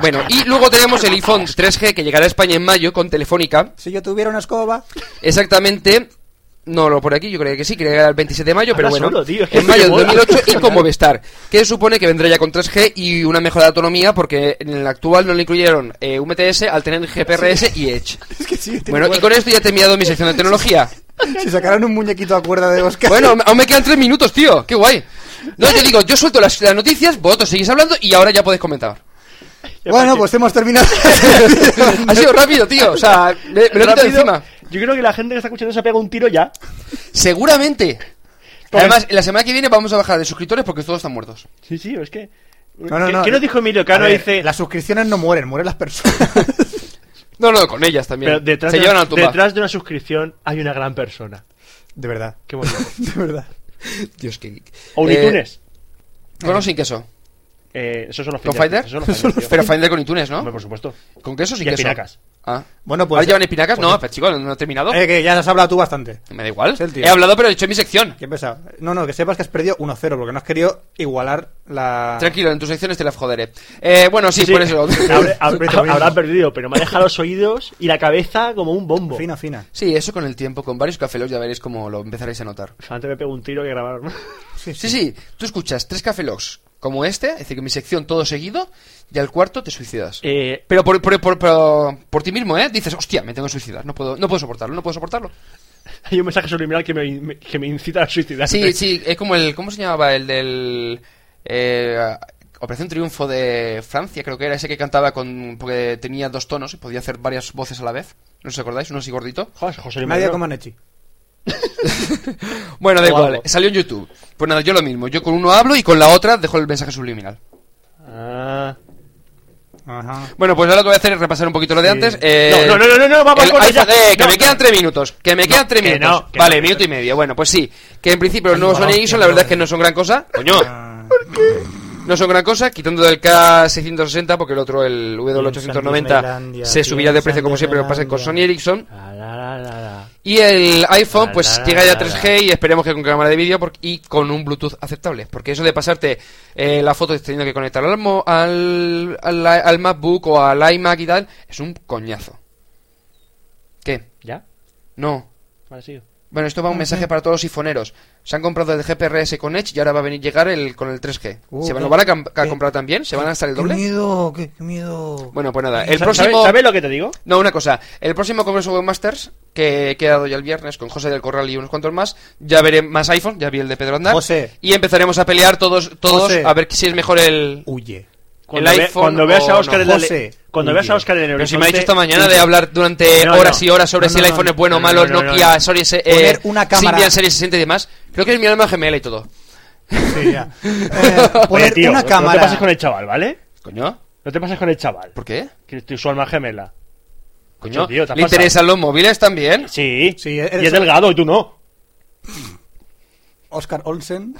Bueno, y luego tenemos el iPhone 3G que llegará a España en mayo con Telefónica. Si yo tuviera una escoba. Exactamente. No, lo por aquí, yo creo que sí, creo que era el 27 de mayo, pero Habla bueno. solo, tío, es que en mayo de mola. 2008 y con Movistar, que supone que vendrá ya con 3G y una mejora de autonomía porque en el actual no le incluyeron eh, UMTS al tener GPRS y Edge. Es que sí, Bueno, y tiene- con esto ya he terminado mi sección de tecnología. Si sacaran un muñequito a cuerda de Oscar. Bueno, aún me quedan tres minutos, tío, qué guay. No, yo digo, yo suelto las, las noticias, vosotros seguís hablando y ahora ya podéis comentar. Bueno, pues hemos terminado. ha sido rápido, tío, o sea, me, me lo quito de Rápido. encima. Yo creo que la gente que está escuchando se pega un tiro ya. Seguramente. Pues Además, la semana que viene vamos a bajar de suscriptores porque todos están muertos. Sí, sí, es que. No, no, ¿Qué, no. qué nos dijo Emilio A Cano? ver, Dice. Las suscripciones no mueren, mueren las personas. No, no, con ellas también. Pero detrás, Se de, llevan a la tumba. detrás de una suscripción hay una gran persona. De verdad. Qué bonito. De verdad. Dios, qué geek. O un Eh, iTunes. Con o sin queso. Eh, esos son los ¿Con finders, Finder? Esos son los finders, tío. Pero Finder con iTunes, Hombre, ¿no? por supuesto. Con queso o sin Y queso. espinacas. Ah. Bueno, pues. ¿Ahora llevan espinacas? pues- No, pero chicos, no he terminado. Eh, que ya has hablado tú bastante. Me da igual. es el tío. He hablado, pero he hecho mi sección. Qué pesado. No, no, que sepas que has perdido 1-0 porque no has querido igualar la. Tranquilo, en tus secciones te las joderé. Eh, bueno, sí, Sí. por eso. Habré- habré- Siempre te habrá mismo. perdido, pero me ha dejado los oídos y la cabeza como un bombo. Fina, fina. sí, eso con el tiempo, con varios cafelos ya veréis cómo lo empezaréis a notar. Antes me pego un tiro que grabaron. Sí, sí, tú escuchas tres cafelos como este, es decir, que mi sección todo seguido, y al cuarto te suicidas. Eh, Pero por, por, por, por- por ti mismo, ¿eh? Dices, hostia, me tengo que suicidar, no puedo, no puedo soportarlo, no puedo soportarlo. hay un mensaje subliminal que me, me- que me incita a suicidar. Sí, sí, es como el. ¿Cómo se llamaba? El del. eh, Operación Triunfo de Francia, creo que era ese que cantaba con. porque tenía dos tonos y podía hacer varias voces a la vez. ¿No os acordáis? Uno así gordito. Joder, José Luis Nadie Moreno. con Manechi. bueno, da O igual, algo. salió en YouTube. Pues nada, yo lo mismo. Yo con uno hablo y con la otra dejo el mensaje subliminal. Ah. Ajá. Bueno, pues ahora lo que voy a hacer es repasar un poquito lo de Sí. antes. eh, No, no, no, no, no, vamos el con ello. iPhone- eh, que No, me no. quedan tres minutos. Que me quedan tres que minutos. no, que vale, no. minuto y medio. Bueno, pues sí. Que en principio los nuevos no, Sony que Ericsson, la verdad no. es que no son gran cosa. Coño. Ah, No son gran cosa, quitando del K660, porque el otro, el W890, Finlandia, se subirá de precio como Finlandia, siempre lo pasa con Sony Finlandia. Ericsson. La, la, la, la, la. Y el iPhone, La, pues la, llega ya la, 3G y esperemos que con cámara de vídeo por- y con un Bluetooth aceptable. Porque eso de pasarte eh, la foto teniendo que conectarla al, mo- al, al, al MacBook o al iMac y tal, es un coñazo. ¿Qué? ¿Ya? No. Vale, sigo. Bueno, esto va un mensaje para todos los sifoneros. Se han comprado el GPRS con Edge y ahora va a venir llegar el con el 3G. Uh, Oh, ¿Se van, qué- lo van a, cam- a Eh, qué- comprar también? ¿Se van a gastar el ¡Qué doble? miedo! ¡Qué qué miedo! Bueno, pues nada. El ¿Sabes- próximo... ¿Sabes lo que te digo? No, una cosa. El próximo Congreso Webmasters, que he quedado ya el viernes con José del Corral y unos cuantos más, ya veré más iPhone, ya vi el de Pedro Andar. José. Y empezaremos a pelear todos, todos José. a ver si es mejor el... Huye. Uh, Cuando, El ve- iPhone cuando veas o a Oscar no. en la le- José, Cuando huye. veas a Oscar en el Pero si horizonte, me ha dicho esta mañana de huye. hablar durante No, horas no. y horas sobre No, si el no, iPhone no. es bueno o No, malo, no, no, no, Nokia, no. Sony... eh, Poner una cámara. Symbian Series 60 y demás. Creo que es mi alma gemela y todo. Sí, ya. Eh, Oye, poner tío, una no- No cámara. te pases con el chaval, ¿¿vale? ¿Coño? No te pases con el chaval. ¿Por qué? Que tu su alma gemela. Tío, ¿Coño? tío, te has ¿Le pasado. interesan los móviles también? Sí. Sí, y eres- es delgado y tú no. Oscar Olsen.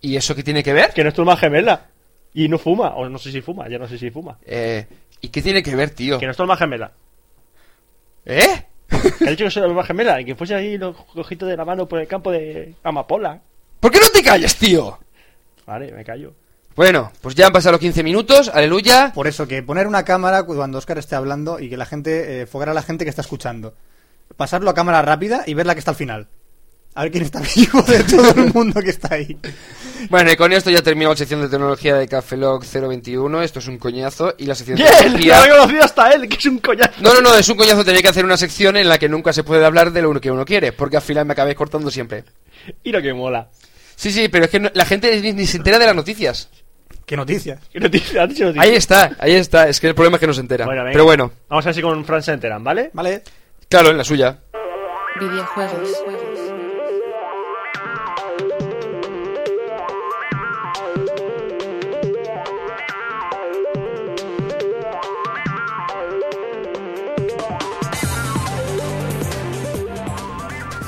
¿Y eso qué tiene que ver? Que no es tu alma gemela. Y no fuma. O no sé si fuma. Ya no sé si fuma. Eh, ¿Y qué tiene que ver, tío? Que no es tu alma gemela. ¿Eh? Que ha dicho que soy la alma gemela. Y que fuese ahí los cojitos de la mano por el campo de Amapola. ¿Por qué no te callas, tío? Vale, me callo. Bueno, pues ya han pasado los 15 minutos, aleluya. Por eso, que poner una cámara cuando Oscar esté hablando y que la gente, eh, fogar a la gente que está escuchando. Pasarlo a cámara rápida y ver la que está al final. A ver quién está vivo de todo el mundo que está ahí. Bueno, y con esto ya terminó la sección de tecnología de Cafelog 021. Esto es un coñazo. Y la sección de ¡Bien! Lo tecnología. había conocido hasta él, que es un coñazo. No, no, no, es un coñazo tener que hacer una sección en la que nunca se puede hablar de lo que uno quiere, porque al final me acabáis cortando siempre. Y lo que mola. Sí, sí, pero es que no- la gente ni, ni se entera de las noticias. ¡Qué noticias! Que no tiene- ha dicho no tiene- Ahí está, ahí está. Es que el problema es que no se entera. Bueno, venga. pero bueno, Vamos a ver si con Fran se enteran, ¿vale? Vale. claro, en la suya. videojuegos,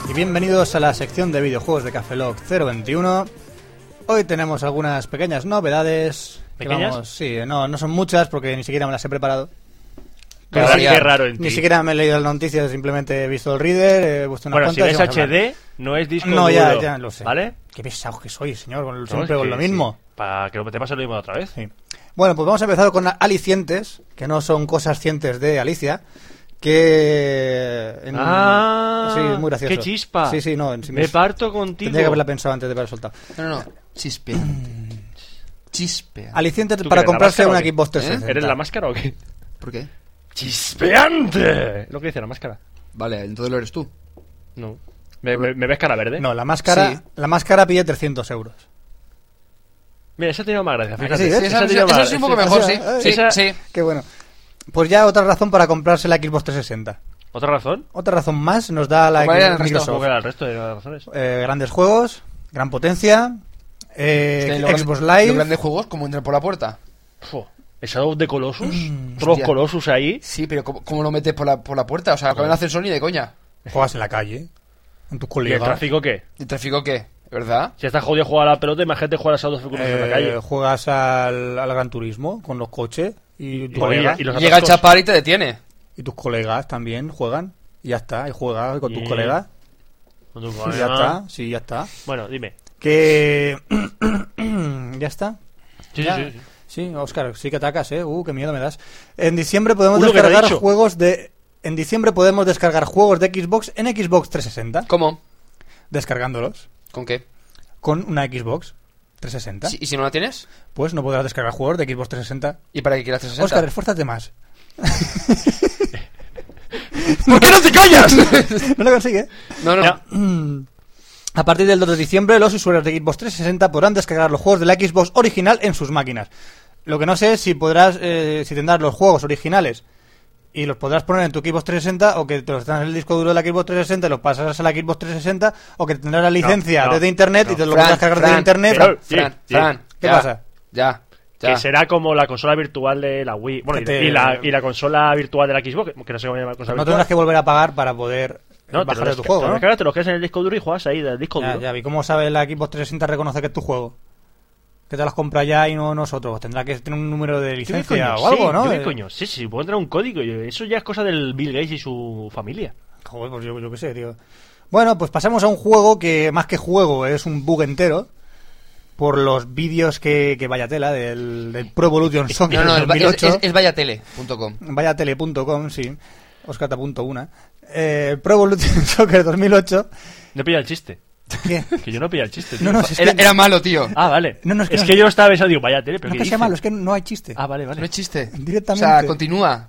Y bienvenidos a la sección de videojuegos de Cafelog 021. Hoy tenemos algunas pequeñas novedades. que ¿Pequeñas? vamos- sí, no, no son muchas porque ni siquiera me las he preparado. Pero Claro, qué ya. raro en ti. Ni siquiera me he leído las noticias, simplemente he visto el reader, he puesto unas Bueno, si cuantas y ves vamos a hablar. HD, no es disco No, ya, duro, ya lo sé. ¿Vale? Qué pesado que soy, señor, con, No, es siempre con que lo mismo. sí. Para que no te pase lo mismo otra vez. Sí. Bueno, pues vamos a empezar con alicientes, que no son cosas cientes de Alicia, que... en- Ah, sí, es muy gracioso. qué chispa. Sí, sí, no. en sí Me mismo. parto contigo. Tendría que haberla pensado antes de haberla soltado. No, no, no. Chispeante. Chispeante. Alicientes ¿Tú qué para eres, la comprarse máscara un o qué? Xbox ¿Eh? 360. ¿Eres la máscara o qué? ¿Por qué? ¡Chispeante! Lo que dice la máscara. Vale, entonces lo eres tú. No. ¿Me, me- me ves cara verde? No, la máscara, Sí. la máscara pide 300 euros. Mira, esa tiene más gracia. Fíjate, sí, ves? Sí, esa, ha tenido esa más- sí un poco mejor, sí. Esa- eh, Sí, esa- sí. Qué bueno. Pues ya otra razón para comprarse la Xbox 360. ¿Otra razón? Otra razón más nos da la ¿Cuál era el Xbox resto? ¿Cómo Microsoft. que era el Pues resto de las razones? Eh, grandes juegos, gran potencia, eh, Este, Es que lo grande- Xbox Los Live. grandes juegos, como entran por la puerta. Fo, ¿El Shadow de Colossus? Mm, Todos los hostia. Colossus ahí. Sí, pero ¿cómo, cómo lo metes por la, por la puerta? O sea, con el ascensor ni de coña. Juegas en la calle, con ¿Y tus el colegas. tráfico qué? ¿El tráfico qué? ¿Verdad? Si estás jodido jugar a la pelota, imagínate jugar a Shadow de Colossus en la Eh, calle. juegas al, al Gran Turismo con los coches y, tu Oye, colega. y los Llega el atascos. chapar y te detiene. Y tus colegas también juegan. Y ya está, y juegas con tus Y- colegas. Con tu Y colega. ya está, sí, ya está. Bueno, dime. Que. ya está. Sí, Ya. sí, sí. Sí, Oscar, sí que atacas, ¿eh? Uh, qué miedo me das. En diciembre podemos Uh, lo que no he descargar dicho. juegos de. En diciembre podemos descargar juegos de Xbox en Xbox 360. ¿Cómo? Descargándolos ¿Con qué? con una Xbox 360. Sí, ¿Y si no la tienes? Pues no podrás descargar juegos de Xbox 360. ¿Y para qué quieras 360? Oscar, esfuérzate más. ¿Por qué no te callas? no lo consigue. no, no. Ya. A partir del 2 de diciembre, los usuarios de Xbox 360 podrán descargar los juegos de la Xbox original en sus máquinas. Lo que no sé es si podrás, eh, si tendrás los juegos originales Y los podrás poner en tu Xbox 360 o que te los tengas en el disco duro de la Xbox 360 y los pasarás a la Xbox 360 o que tendrás la licencia no, desde internet y no. te lo Fran, podrás cargar desde Fran, internet. pero- Sí, Fran, sí. Fran, ¿Qué ya, pasa? Ya, ya. Que será como la consola virtual de la Wii. Bueno, y, Que te- y la, y la consola virtual de la Xbox, que no sé cómo llamar consola No virtual. tendrás que volver a pagar para poder No, te bajar lo de tu desca- juego. Te lo ¿no? descargas, te lo quedas en el disco duro y juegas ahí del disco Ya, duro. ya vi cómo sabe la Xbox 360 reconoce que es tu juego. Que te las compra ya y no nosotros. Tendrá que tener un número de ¿Tú qué licencia coño? o algo, Sí, ¿no? ¿tú qué Eh, coño? Sí, sí, puedo entrar un código. Eso ya es cosa del Bill Gates y su familia. Joder, pues yo, yo qué sé, tío. Bueno, pues pasamos a un juego que más que juego es un bug entero. Por los vídeos que, que vaya tela del, del Pro Evolution Soccer No, no, es, va- es, 2008. es- es vallatele.com. Vayatele.com, sí. Oscata.una. Eh, Pro Evolution Soccer 2008. No pilla el chiste. ¿Qué? Que yo no pilla el chiste. tío. No, no, si es que, Era, era malo, tío. Ah, vale. No, no, es es que que, no- yo estaba pensando, digo, vaya tele, no pero es ¿qué que sea dice? malo, es que no hay chiste. Ah, vale, vale. No es chiste. Directamente. O sea, continúa.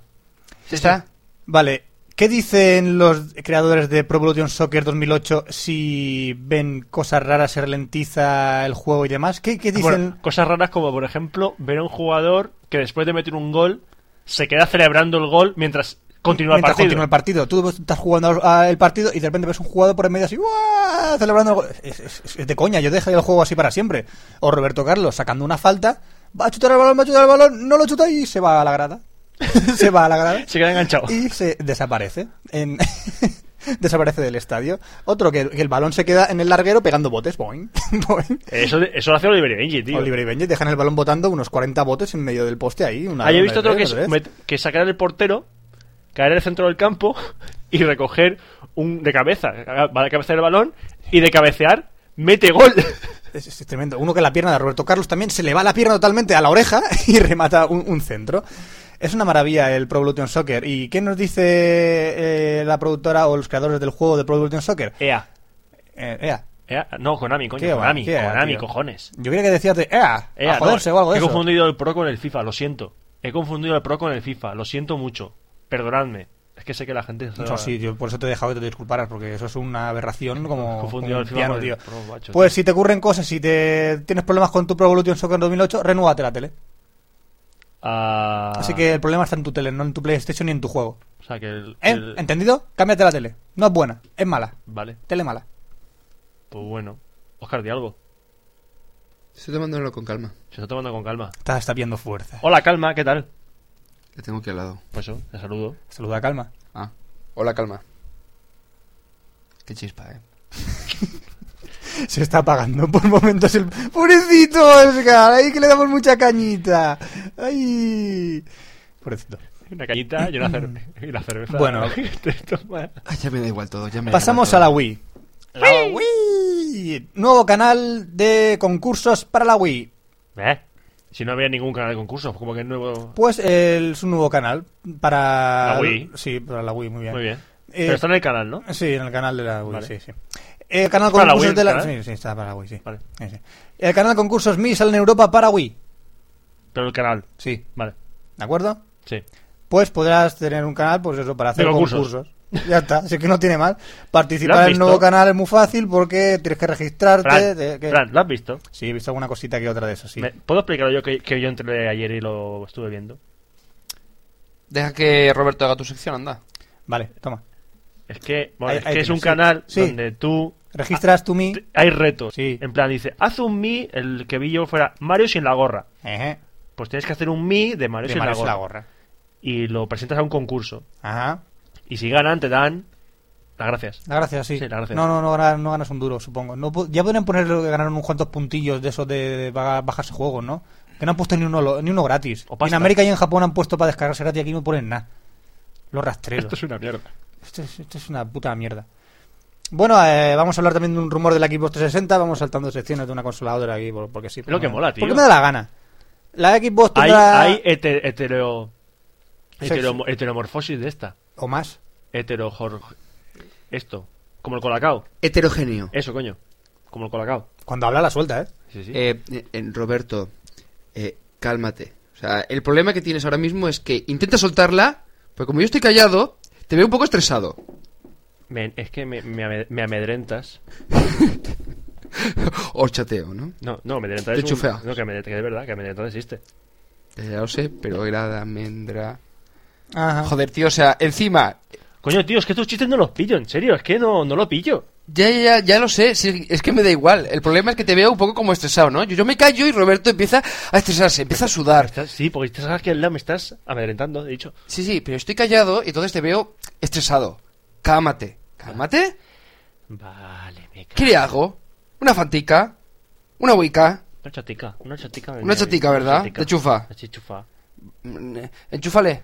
¿Ya está? Vale, ¿qué dicen los creadores de Pro Evolution Soccer 2008 si ven cosas raras, se ralentiza el juego y demás? ¿Qué, qué dicen? Bueno, cosas raras como, por ejemplo, ver a un jugador que después de meter un gol se queda celebrando el gol mientras continúa mientras el partido. continúa el partido. Tú estás jugando al- a- el partido y de repente ves un jugador por el medio así, ¡guau! celebrando. el gol. Es, es- es de coña, yo dejaría el juego así para siempre. O Roberto Carlos sacando una falta, va a chutar el balón, va a chutar el balón, no lo chuta y se va a la grada. se va a la grada. Se queda enganchado. Y se desaparece. en- desaparece del estadio. Otro que, que el balón se queda en el larguero pegando botes. Boing, boing. Eso, eso lo hace Oliver Benji, tío. Oliver y Benji dejan el balón botando unos 40 botes en medio del poste ahí. Una, Ah, yo he una visto vez, otro que, es otra vez. met- que sacar el portero, caer en el centro del campo y recoger un de cabeza. Va de cabeza el balón y de cabecear mete gol. Es, es tremendo. Uno que la pierna de Roberto Carlos también se le va la pierna totalmente a la oreja y remata un, un centro. Es una maravilla el Pro Evolution Soccer. ¿Y qué nos dice eh, la productora o los creadores del juego de Pro Evolution Soccer? Ea. Eh, ea. Ea. No, Konami, coño. ¿Qué va? Konami, ¿Qué va, Konami, tío? cojones. Yo quería que decías de ea, Ea, a joderse no, o algo he de eso. confundido el Pro con el FIFA, lo siento. He confundido el Pro con el FIFA, lo siento mucho. Perdonadme. Es que sé que la gente... se- No, sí, yo por eso te he dejado que te disculparas, porque eso es una aberración como, Confundido como al un final piano, con el tío. Pro, macho, Pues tío. si te ocurren cosas, si te tienes problemas con tu Pro Evolution Soccer 2008, renúvate la tele. Ah, Así que el problema está en tu tele, no en tu PlayStation ni en tu juego. O sea, que el... ¿Eh? el- ¿Entendido? Cámbiate la tele. No es buena, es mala. Vale, Tele mala. pues bueno. Oscar, di algo. Estoy tomándolo con calma. Se está tomando con calma. Estás está viendo fuerza. Hola, calma, ¿qué tal? Le tengo aquí al lado. Pues eso, te saludo. Saluda calma. Ah. Hola, calma. Qué chispa, eh. Se está apagando por momentos el. ¡Pobrecito, Oscar! ¡Ay, que le damos mucha cañita! ¡Ay! Pobrecito. Una cañita y una, cer- y la cerveza. Bueno. Te toma- Ah, ya me da igual todo, ya me da Pasamos a igual la todo. Wii. La Wii. Nuevo canal de concursos para la Wii. ¿Eh? Si no había ningún canal de concursos, como que es nuevo... Pues el- es un nuevo canal para. La Wii. Sí, para la Wii, muy bien. Muy bien. Eh, Pero está en el canal, ¿no? Sí, en el canal de la Wii, Vale. sí, sí. El canal ¿Para la concursos Wii, de la... el Sí, canal? sí, está para la Wii, sí. Vale. Sí, sí. El canal concursos Mi sale en Europa para Wii. Pero el canal. Sí. Vale, ¿De acuerdo? sí. Pues podrás tener un canal, pues eso, para hacer De concursos. concursos. Ya está, así que no tiene mal. ¿Lo has Participar en el nuevo visto? canal es muy fácil porque tienes que registrarte. Fran, te- que- Fran, ¿lo has visto? Sí, he visto alguna cosita que otra de eso, sí. Me- ¿Puedo explicarlo yo que, que yo entré ayer y lo estuve viendo? Deja que Roberto haga tu sección, anda. Vale, toma. Es que, bueno, Ahí- es, ahí que es tienes, un sí. canal Sí. donde tú Registras tu Mi. te- hay retos. Sí. En plan, dice, haz un mi, el que vi yo fuera Mario sin la gorra. Ejé, Pues tienes que hacer un mi de Mario, de sin, Mario la gorra, Y lo presentas a un concurso. Ajá. Y si ganan, te dan las gracias. La gracia, sí. Sí, la gracia. No, no, no, ganas, no ganas un duro, supongo. No, pu- ya pueden ponerle que ganaron unos cuantos puntillos de esos de, de ba- bajarse juegos, ¿no? Que no han puesto ni uno, lo- ni uno gratis. O pasta. En América y en Japón han puesto para descargarse gratis y aquí no ponen nada. Los rastreros. Esto es una mierda. Esto es, esto es una puta mierda. Bueno, eh, vamos a hablar también de un rumor de la Xbox 360. Vamos saltando secciones de una consoladora aquí, por- porque sí. lo que mola, tío. Porque me da la gana. La Xbox Hay, tendrá... hay eh, hete- hetero, Sexo. hetero- heteromorfosis de esta. O más. Heterojor... Esto. Como el colacao. Heterogéneo. Eso, coño. Como el colacao. Cuando habla la suelta, ¿eh? Sí, sí. Eh, eh, eh, Roberto, eh, cálmate. O sea, el problema que tienes ahora mismo es que intenta soltarla, pero como yo estoy callado, te veo un poco estresado. Me- es que me, me ame- me amedrentas. o chateo, ¿no? No, no, amedrentas Te es un- chufea. No, que amedrentas, que es verdad, que amedrentas existe. Ya lo sé, pero era de almendra. Ajá. Joder, tío, o sea, encima. Coño, tío, es que estos chistes no los pillo, en serio, es que no, no lo pillo. Ya, ya, ya, ya lo sé, sí, es que me da igual. El problema es que te veo un poco como estresado, ¿no? Yo, yo me callo y Roberto empieza a estresarse, empieza a sudar. Estás- sí, porque estás aquí al lado, me estás amedrentando, he dicho. Sí, sí, pero estoy callado y entonces te veo estresado. Cálmate. ¿Cálmate? Vale, me ¿Qué le hago? ¿Una fantica? ¿Una wicca? Una chatica, una chatica. Una chatica, ¿verdad? De chufa. De chufa. Mm, eh, Enchúfale.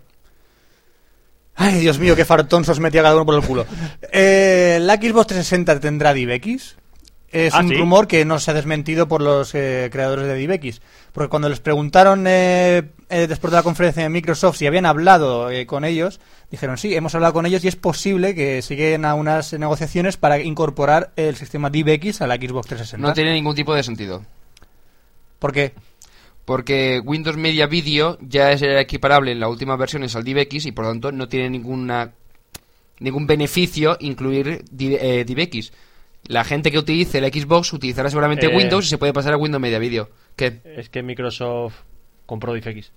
Ay, Dios mío, qué fartón se os metía cada uno por el culo. Eh, la Xbox 360 tendrá DivX. Es Ah, un ¿sí? rumor que no se ha desmentido por los eh, creadores de DivX. Porque cuando les preguntaron eh, eh, después de la conferencia de Microsoft si habían hablado eh, con ellos, dijeron sí, hemos hablado con ellos y es posible que siguen a unas negociaciones para incorporar el sistema DivX a la Xbox 360. No tiene ningún tipo de sentido. ¿Por qué? Pues Porque Windows Media Video ya es equiparable en las últimas versiones al DivX y por lo tanto no tiene ninguna ningún beneficio incluir Div- eh, DivX. La gente que utilice la Xbox utilizará seguramente Eh. Windows y se puede pasar a Windows Media Video. ¿Qué? Eh. Es que Microsoft compró DFX.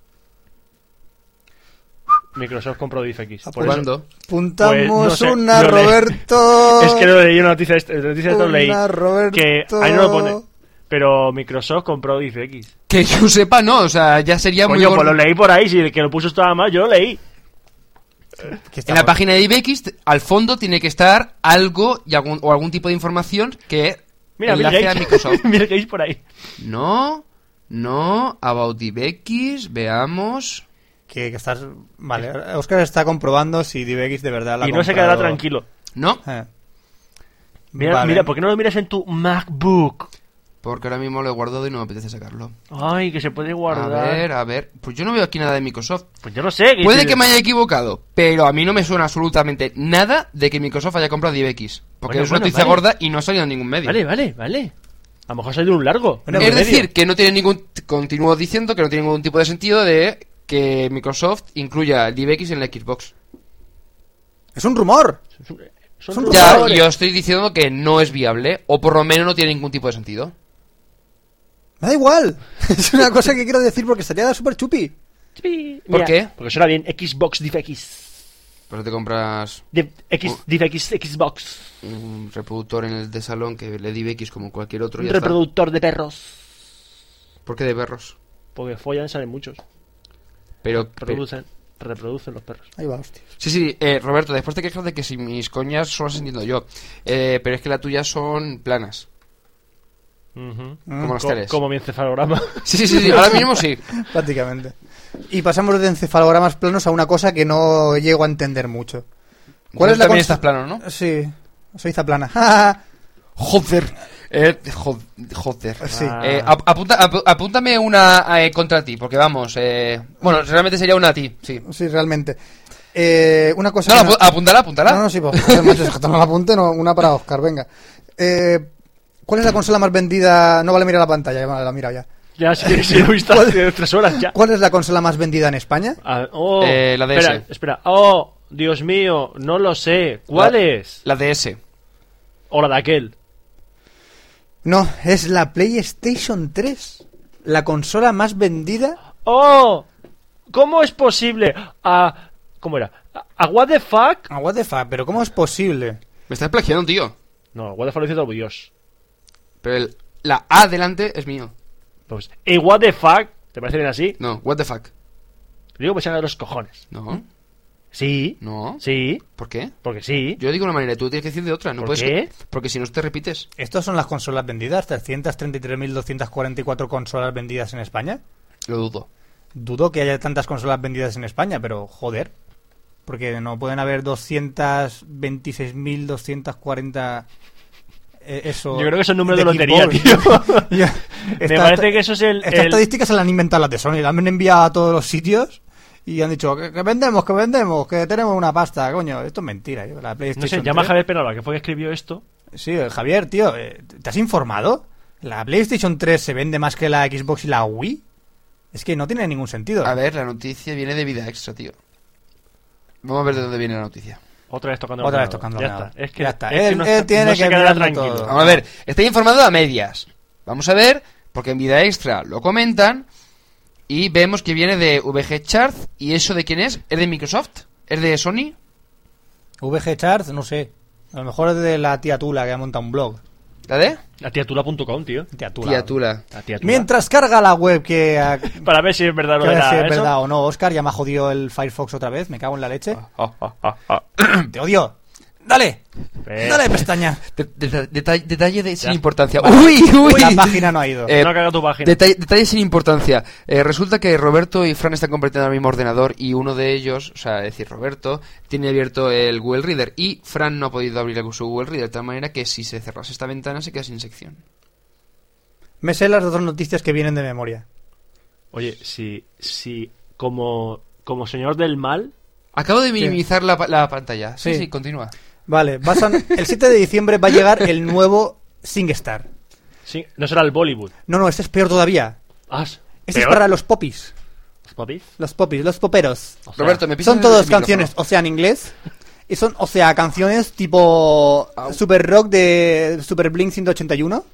Microsoft compró DFX. por eso. ¿Cuándo? Apuntamos Pues no sé, una, lo leí. Roberto. Es que lo leí en una noticia, de- la noticia de esto lo leí. Una, Roberto. Que ahí no lo pone. Pero Microsoft compró DFX. Que yo sepa, no, o sea, ya sería muy... Coño, gor- pues lo leí por ahí. Si el que lo puso estaba mal, yo lo leí. Que En la estamos- página de DivX, t- al fondo tiene que estar algo y algún, o algún tipo de información que Mira, Bill enlace a Gates. Microsoft. Bill Gates por ahí. no, no, about DivX, veamos... Que, que estás. Vale, Oscar está comprobando si DivX de verdad la ha Y no se comprado. quedará tranquilo. No, Eh. Mira, Vale. mira, ¿por qué no lo miras en tu MacBook? porque ahora mismo lo he guardado y no me apetece sacarlo. Ay, que se puede guardar. A ver, a ver. Pues yo no veo aquí nada de Microsoft. Pues yo no sé. Puede que me haya equivocado, pero a mí no me suena absolutamente nada de que Microsoft haya comprado DivX. Porque Bueno, es una bueno, noticia vale. gorda y no ha salido en ningún medio. Vale, pues vale, vale. A lo mejor ha salido un largo. Bueno, es en medio. decir, que no tiene ningún. Continúo diciendo que no tiene ningún tipo de sentido de que Microsoft incluya el DivX en la Xbox. Es un rumor. Son Son rumores. Ya, favor. yo estoy diciendo que no es viable, o por lo menos no tiene ningún tipo de sentido. Me da igual. es una cosa que quiero decir porque estaría súper chupi. ¿Por Mira, qué? Porque suena bien Xbox DivX. Pero te compras Div- Oh. X, DivX Xbox. un reproductor en el de salón que le DivX como cualquier otro. Un y ya está. reproductor de perros. ¿Por qué de perros? Porque follan, salen muchos. Pero, Producen, reproducen los perros. Ahí va, hostia. Sí, sí, eh, Roberto, después te quejas de que si mis coñas solo las entiendo yo, eh, pero es que las tuyas son planas, Ujú. como las Co- teles. Como mi encefalograma. Sí, sí, sí, sí, ahora mismo sí. Prácticamente. Y pasamos de encefalogramas planos a una cosa que no llego a entender mucho. Tú también cons- estás plano, ¿no? Sí, soy zaplana. Joder. Eh, jo- joder. Sí. Ah. Eh, ap- apunta- ap- apúntame una eh, contra ti, porque vamos, eh, bueno, realmente sería una a ti, sí. sí, realmente. Eh, una cosa. No, que apu- apuntala, apuntala. No, no, sí, pues, joder, macho, es que toma el apunte, no, una para Oscar, venga. Eh, ¿Cuál es la consola más vendida? No vale mirar la pantalla, ya vale, la mira ya. ya, si quieres, si lo he visto hace tres horas ya. ¿Cuál es la consola más vendida en España? Ah, oh, Eh, la DS. Espera, espera. Oh, Dios mío, no lo sé. ¿Cuál La- es? La DS. O la de aquel. No, es la PlayStation 3. La consola más vendida. ¡Oh! ¿Cómo es posible? Ah, ¿Cómo era? ¿A, a what the fuck? Ah, what the fuck, pero ¿cómo es posible? Me estás plagiando, tío. No, what the fuck lo dice todo Dios. Pero el- la A delante es mío. Pues, ¿y what the fuck? ¿Te parece bien así? No, what the fuck. Digo que se haga de los cojones. No, ¿Mm? Sí. no. Sí. ¿Por qué? Porque sí. Yo digo una manera y tú tienes que decir de otra. No ¿Por puedes qué? Porque si no te repites. Estas son las consolas vendidas, 333.244 consolas vendidas en España. Lo dudo. Dudo que haya tantas consolas vendidas en España, pero joder. Porque no pueden haber 226.240. eh, eso. Yo creo que es un número de Xbox. lotería, tío. Ya. Me Esta- parece que eso es el- Estas el- estadísticas se las han inventado las de Sony, las han enviado a todos los sitios y han dicho que, que vendemos, que vendemos, que tenemos una pasta, coño. Esto es ¿eh? mentira. yo, la No sé, PlayStation llama a 3. Javier Penalba, que fue que escribió esto. Sí, eh, Javier, tío, eh, ¿te has informado? ¿La PlayStation 3 se vende más que la Xbox y la Wii? Es que no tiene ningún sentido. A ver, la noticia viene de vida extra, tío. Vamos a ver de dónde viene la noticia. Otra vez tocando el Otra vez ordenador. tocando el Ya ordenador. está. Es que, Ya está. es que Él- no, él está- tiene no se que quedará mirarlo tranquilo. todo. Vamos a ver, está informado a medias. Vamos a ver, porque en vida extra lo comentan. Y vemos que viene de VG Chart. ¿Y eso de quién es? ¿Es de Microsoft? ¿Es de Sony? VG Charts, no sé. A lo mejor es de la tía Tula que ha montado un blog. ¿La de? A tiatula.com, tío. Tía Tula. Tía Tula. A tiatula. Mientras carga la web que... a- Para ver si es verdad o no que a ver era si es eso. verdad o no. Oscar ya me ha jodido el Firefox otra vez. Me cago en la leche. Ah. Te odio. Dale. Eh, Dale petaña. De- de- detalle, detalle de sin Ya. importancia. ¡Uy, uy! La página no ha ido. Eh, no caga tu página. Detalle, detalle sin importancia. Eh, resulta que Roberto y Fran están compartiendo el mismo ordenador y uno de ellos, o sea, es decir, Roberto, tiene abierto el Google Reader y Fran no ha podido abrir su Google Reader de tal manera que si se cerrase esta ventana se queda sin sección. Me sé las dos noticias que vienen de memoria. Oye, si, si como, como señor del mal, Acabo de minimizar la, pa- la pantalla. Sí, Sí. sí, continúa. Vale, vas a- el 7 de diciembre va a llegar el nuevo SingStar. sí, no será el Bollywood. No, no, este es peor todavía. Ah, Este peor. es para los popis. papis. Los popis, los poperos. O sea, Roberto, me pisas Son el todas micrófono. canciones, o sea, en inglés. Y son, o sea, canciones tipo Au. Super Rock de Super Blink 181.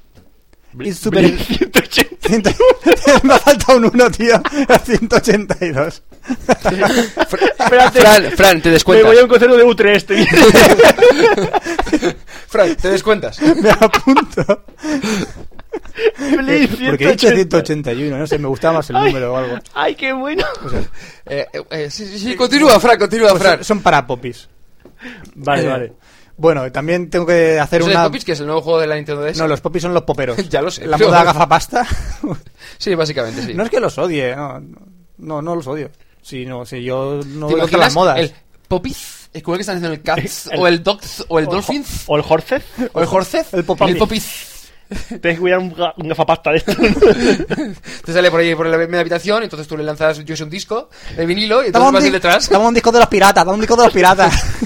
Bli- y super- Bli- 180. Ciento- Me ha faltado un uno, tío. 182. Espérate. Fran, Fran, te Me descuentas. voy a un concierto de U3, tío. Fran, te descuentas. Me apunto. Eh, Bli- Porque he dicho 181, no sé, me gustaba más el Ay, número o algo. Ay, qué bueno. Eh, eh, eh, sí, sí, sí, continúa, Fran, continúa, Pues Fran. son- son para popis. Vale, Eh, vale. Bueno, también tengo que hacer ¿Es el una... Popis, que es el nuevo juego de la Nintendo DS? No, los popis son los poperos. Ya lo sé. La moda gafapasta. Sí, básicamente, sí. No es que los odie, no. No, no los odio. Si no, si yo no ¿Te voy contra imaginas las modas. El Popis, es como el que están haciendo el Cats, El- Oh, o el Dogs, o el Dolphins, ¿O el Horses? o el Horses, el Popis. El Popis. Tienes que cuidar un, ga- un gafapasta de esto. Te sale por ahí, por la media habitación, entonces tú le lanzas, yo un disco, el vinilo, y Dame entonces un, vas di- detrás. dame un disco de los piratas, dame un disco de los piratas.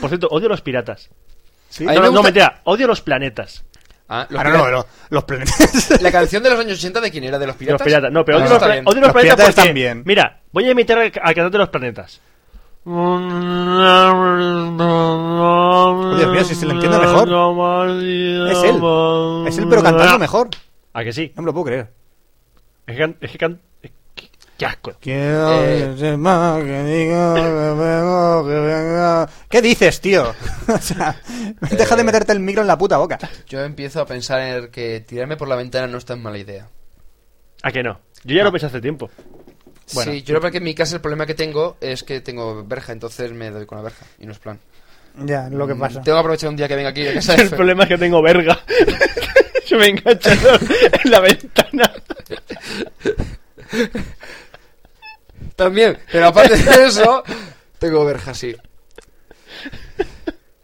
Por cierto, odio los piratas. ¿Sí? A mí No, me no, no, gusta- mentira. Odio los planetas. Ah, los Ah, no, piratas. no, no, los planetas. La canción de los años 80, ¿de quién era? ¿De De los piratas? los piratas. No, pero Ah, odio, los, está pla- bien. odio Los los planetas piratas porque- también. Mira, voy a imitar al, al cantante de los planetas. Dios mío, si se lo entiende mejor. Es él. Es él, pero cantando mejor. ¿A que sí? No me lo puedo creer. Es que, can- es que, can- es que- qué asco. Quiero Eh. que sepa que digo que vengo, que vengo. ¿Qué dices, tío? O sea, deja de Eh. meterte el micro en la puta boca. Yo empiezo a pensar en que tirarme por la ventana no es tan mala idea. ¿A que no? Yo Ah. ya lo pensé hace tiempo. Bueno. sí, yo creo que en mi casa el problema que tengo es que tengo verja, entonces me doy con la verja, y no es plan. Ya, lo que pasa. Mm, Tengo que aprovechar un día que venga aquí a casa de El Fer. problema es que tengo verga. Yo me engancho en la ventana. También, pero aparte de eso, tengo verja, sí.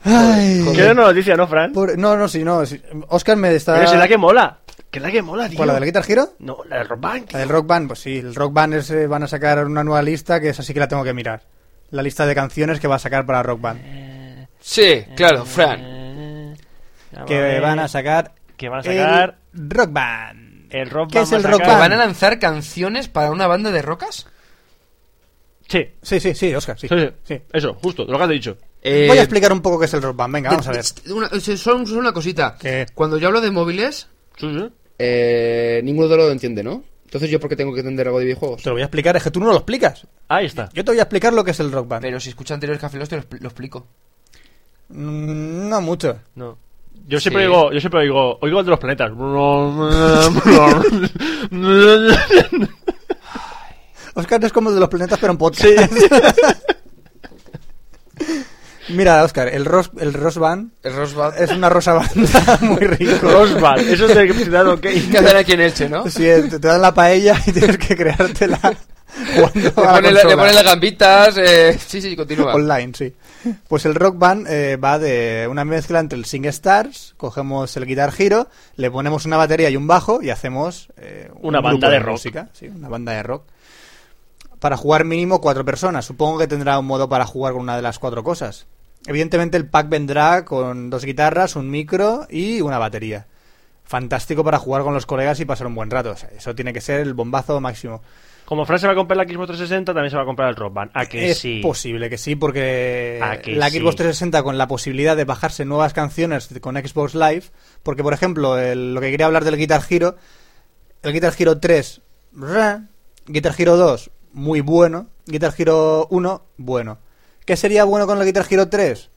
Ay. Joder, ¿Qué era una noticia, no, Fran? Pobre- No, no, sí, no. sí. Oscar me está. Pero si es la que mola. Que es la que mola, tío. ¿Cuál, la del Guitar Hero? No, la del Rock Band, tío. La del Rock Band, pues sí, el Rock Band es, eh, van a sacar una nueva lista que esa sí que la tengo que mirar. La lista de canciones que va a sacar para Rock Eh, Band. Sí, claro, Fran. Que van a sacar. Que van a sacar el Rock Band. el Rock ¿Qué es Band el va a Rock ¿Que sacar- Band? van a lanzar canciones para una banda de rocas? Sí. Sí, sí, sí, Oscar, sí. Eh, Sí, sí. sí. Eso, justo, lo que has dicho. Voy a explicar un poco qué es el Rock Band. Venga, vamos a ver. Eh, Una, solo, solo una cosita. ¿Qué? Cuando yo hablo de móviles, Sí, sí. eh, ninguno de los lo entiende, ¿no? Entonces yo porque tengo que entender algo de videojuegos. Te lo voy a explicar, es que tú no lo explicas. Ahí está. Yo te voy a explicar lo que es el Rock Band. Pero si escuchas anteriores Café Lock, te lo, expl- lo explico. Mm, no mucho. No. Yo siempre Sí. oigo, yo siempre oigo, oigo el de los planetas. Oscar es como el de los planetas, pero en podcast. Mira, Oscar, el, Ros el Rock Band El Rosbad. es una rosa banda muy rico. Rosbad, eso es de Ciudadano Kane. que hacen aquí en Elche, ¿no? Sí, eh, te te dan la paella y tienes que creártela jugando Le a la ponen, la- le consola. ponen las gambitas. eh, Sí, sí, continúa. Online, sí. Pues el Rock Band eh, va de una mezcla entre el Sing Stars, cogemos el Guitar Hero, le ponemos una batería y un bajo y hacemos eh, un Una grupo banda de rock. música, sí, una banda de rock. Para jugar mínimo cuatro personas. Supongo que tendrá un modo para jugar con una de las cuatro cosas. Evidentemente el pack vendrá con dos guitarras, un micro y una batería. Fantástico para jugar con los colegas y pasar un buen rato. O sea, eso tiene que ser el bombazo máximo. Como Fran se va a comprar la Xbox 360, también se va a comprar el Rock Band. ¿A que es sí? posible que sí, porque ¿A que la sí? Xbox 360 con la posibilidad de bajarse nuevas canciones con Xbox Live, porque por ejemplo, el- lo que quería hablar del Guitar Hero, El Guitar Hero 3, re. Guitar Hero 2, muy bueno. Guitar Hero 1, bueno. ¿Qué sería bueno con el Guitar Hero 3?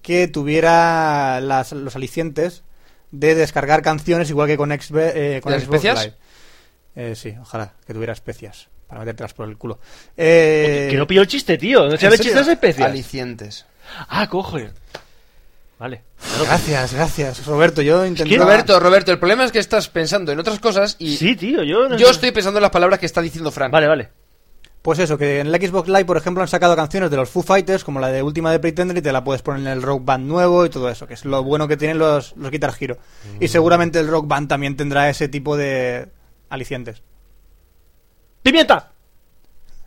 Que tuviera las- los alicientes de descargar canciones igual que con, Xb- eh, con ¿Las Xbox especias? Live. Eh, sí, ojalá que tuviera especias para metértelas por el culo. Eh, Que no pillo el chiste, tío. ¿Dónde se ¿en ve serio? chistes especiales? Alicientes. Ah, coge. Vale. Gracias, gracias, Roberto. Yo intento. Quiero- Roberto, Roberto, el problema es que estás pensando en otras cosas y Sí, tío, yo no- yo estoy pensando en las palabras que está diciendo Fran. Vale, vale. Pues eso, que en la Xbox Live, por ejemplo, han sacado canciones de los Foo Fighters, como la de última de Pretender, y te la puedes poner en el Rock Band nuevo y todo eso, que es lo bueno que tienen los, los Guitar Hero. Y seguramente el Rock Band también tendrá ese tipo de alicientes. ¡Pimienta!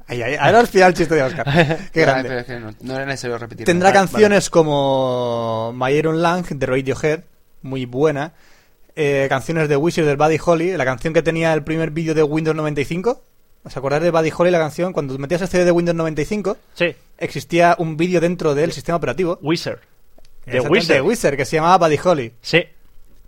Ahí, ahí, ahora al final el chiste de Oscar. Qué Ay, grande. pero es que no, no era necesario Ah, repetir. Tendrá canciones como My Iron Lang de Radiohead, muy buena. Eh, canciones de Wizard del Buddy Holly, la canción que tenía el primer vídeo de Windows 95. ¿Os acordáis de Buddy Holly la canción? Cuando metías el CD de Windows 95, Sí, existía un vídeo dentro del sistema operativo. Wizard. De Exactamente, Wizard. que se llamaba Buddy Holly. Sí.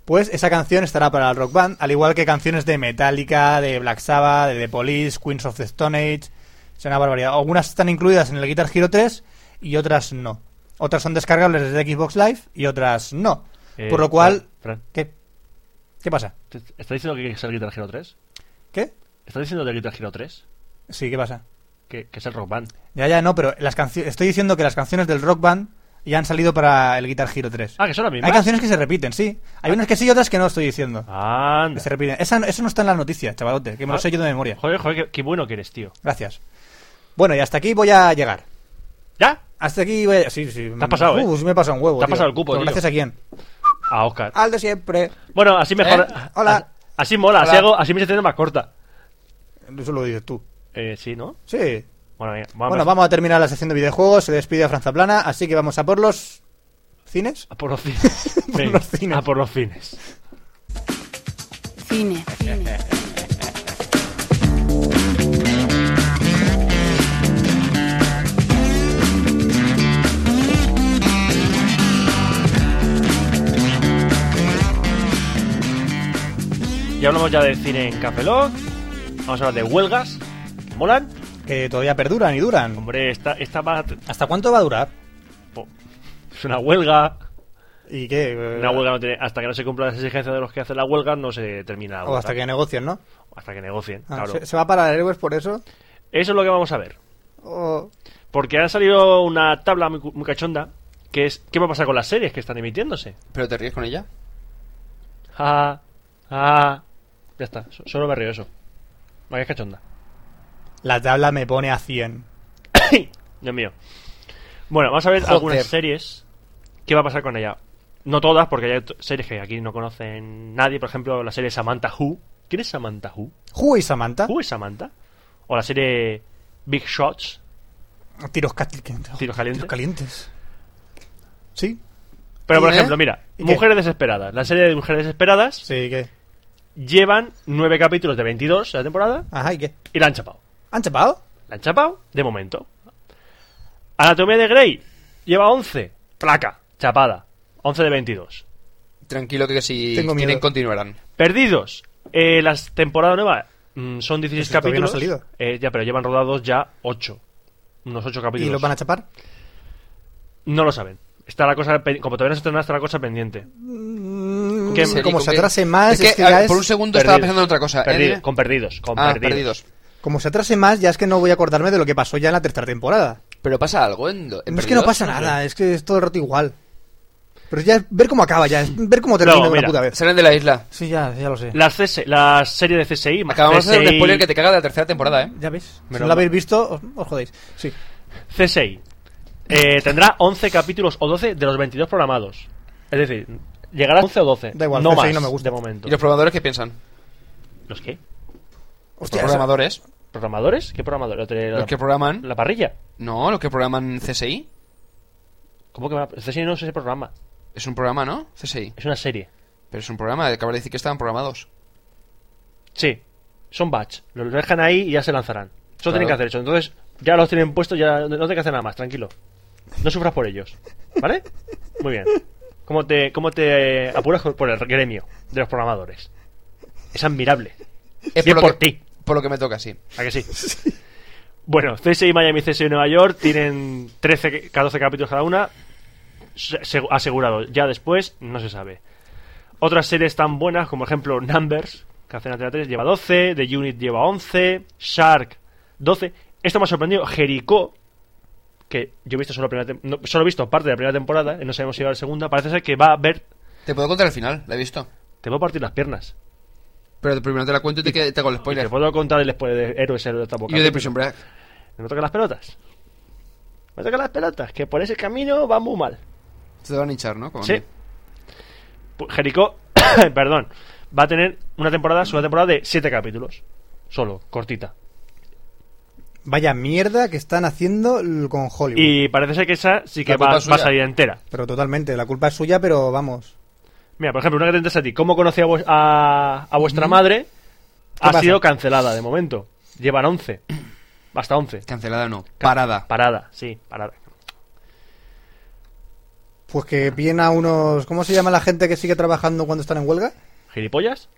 Pues esa canción estará para el rock band, al igual que canciones de Metallica, de Black Sabbath, de The Police, Queens of the Stone Age. Es una barbaridad. Algunas están incluidas en el Guitar Hero 3 y otras no. Otras son descargables desde Xbox Live y otras no. Eh, Por lo cual, Fran, Fran, ¿qué? ¿Qué pasa? ¿te- te ¿estás diciendo que es el Guitar Hero 3? ¿Qué? ¿Estás diciendo del Guitar Hero 3? Sí, ¿qué pasa? Que, que es el Rock Band. Ya, ya, no, pero las canciones. Estoy diciendo que las canciones del rock band ya han salido para el Guitar Hero 3. Ah, que son las Hay mismas. Ah. canciones que se repiten, sí. Hay unas que sí y otras que no estoy diciendo. Anda. Se repiten. Esa- eso no está en las noticias, chavalote, que me lo Ah. sé yo de memoria. Joder, joder, qué, qué bueno que eres, tío. Gracias. Bueno, y hasta aquí voy a llegar. ¿Ya? Hasta aquí voy a... Sí, sí. Te has pasado, uh, ¿eh? sí me he pasado un huevo, Te has tío. pasado el cupo, Pero tío. ¿Gracias a quién? A Oscar. Al de siempre. Bueno, así mejor. ¿Eh? Ah. Hola. a- Así mola, así, Hola. hago, así me se tiene más corta. Eso lo dices tú. Eh, sí, ¿no? Sí. Bueno, venga, bueno, vamos, vamos a terminar la sección de videojuegos. Se despide a Franza Plana, así que vamos a por los... ¿Cines? a por los fines. Por Venga, los fines. A por los fines. Cine. Cine. Ya hablamos ya de cine en Café Lock. Vamos a hablar de huelgas. que molan. Que todavía perduran y duran. Hombre, esta, esta va. a- ¿Hasta cuánto va a durar? po- Es una huelga. ¿Y qué? Eh, Una huelga no tiene. Hasta que no se cumplan las exigencias de los que hacen la huelga, no se termina la O huelga. hasta que negocien, ¿no? Hasta que negocien, Ah, claro. ¿se, se va a parar héroes por eso? Eso es lo que vamos a ver. O... Porque ha salido una tabla muy, cu- muy cachonda. Que es. ¿Qué va a pasar con las series que están emitiéndose? ¿Pero te ríes con ella? Ah, ah. Ya está, so- solo me río eso. Vaya cachonda. La tabla me pone a 100. Dios mío. Bueno, vamos a ver Joder. algunas series. ¿Qué va a pasar con ella? No todas, porque hay t- series que aquí no conocen nadie. Por ejemplo, la serie Samantha Who. ¿Quién es Samantha Who? Ju y Samantha. ¿Who es Samantha? O la serie Big Shots. Tiros, ca- tiros calientes. calientes. Sí. Pero, por ¿Eh? ejemplo, mira, ¿Y qué? Mujeres Desesperadas. La serie de Mujeres Desesperadas Sí, ¿qué? llevan nueve capítulos de 22 de la temporada Ajá, ¿y qué? y la han chapado. ¿Han chapado? La han chapado de momento. Anatomía de Grey lleva 11. Placa, chapada. 11 de 22. Tranquilo que si Tengo miedo. quieren continuarán. Perdidos. Eh, las temporada nueva mm, son 16 Eso todavía no ha capítulos. salido. Eh, ya, pero llevan rodados ya 8. Unos 8 ¿Y capítulos. los van a chapar? No lo saben. Está la cosa pe- como todavía no se estrena, está la cosa pendiente. ¿Qué- Mm, como ¿Con se qué? atrase más, Es que, que a ya ver, es- por un segundo estaba Perdidos. pensando en otra cosa. ¿eh? Perdido- Dime. con perdidos, con ah, perdidos. perdidos. Como se atrase más, ya es que no voy a acordarme de lo que pasó ya en la tercera temporada. Pero pasa algo en, do- en No es que no Perdidos? pasa nada, es que es todo el rato igual. Pero ya es ver cómo acaba, ya es ver cómo termina Luego, de una mira. puta vez. Salen de la isla. Sí, ya, ya lo sé. La, CSI la serie de CSI. más Acabamos de hacer un CSI spoiler que te caga de la tercera temporada, ¿eh? Ya veis. Si Menos no lo mal. habéis visto, os, os jodéis. Sí. CSI eh, tendrá 11 capítulos o 12 de los 22 programados. Es decir, llegará a 11 o 12. Da igual, no CSI más no me gusta. de momento. ¿Y los programadores qué piensan? ¿Los qué? ¿Los Hostia, programadores? ¿Programadores? ¿Qué programadores? ¿Los de la- ¿Los que programan? ¿La parrilla? No, los que programan CSI. ¿Cómo que va? CSI no es ese programa, Es un programa, ¿no? CSI. es una serie. Pero es un programa, acabo de decir que estaban programados. Sí, son batch. Los dejan ahí y ya se lanzarán. Solo Claro. tienen que hacer eso. Entonces, ya los tienen puestos, ya no tienen que hacer nada más, tranquilo. No sufras por ellos. ¿Vale? Muy bien. ¿Cómo te, cómo te apuras por el gremio de los programadores? Es admirable. Es Y es por que- ti. Por lo que me toca, sí. ¿A que sí? Bueno, CSI Miami y CSI Nueva York tienen 13, que- 14 capítulos cada una. Se- se- Asegurado. Ya después no se sabe. Otras series tan buenas como, por ejemplo, Numbers, que hace Antena 3, lleva 12. The Unit lleva 11. Shark, 12. Esto me ha sorprendido. Jericho, que yo he visto solo, primera tem- no, solo he visto parte de la primera temporada, y no sabemos si va a la segunda. Parece ser que va a haber. Te puedo contar el final, la he visto. Te puedo partir las piernas. Pero primero te la cuento y te, que- te hago el Y te spoiler. puedo contar el spoiler de Héroes el otro Yo de capítulo. Prison Break. Me tocan las pelotas. Me tocan las pelotas, que por ese camino va muy mal. Se te van a hinchar, ¿no? Como a Sí. mí. Pu- Jericó, perdón, va a tener una temporada, su temporada de siete capítulos. Solo, cortita. Vaya mierda que están haciendo l- con Hollywood. Y parece ser que esa sí que La va, culpa va a es suya. salir entera. Pero totalmente, la culpa es suya, pero vamos. Mira, por ejemplo, una que te interesa a ti. ¿Cómo conocí a, vues- a- a Mm. vuestra madre? Ha pasa? sido cancelada de momento. Llevan 11. Hasta 11. Cancelada no. Parada. Parada, sí, parada. Pues que bien a unos. ¿Cómo se llama la gente que sigue trabajando cuando están en huelga? ¿Gilipollas?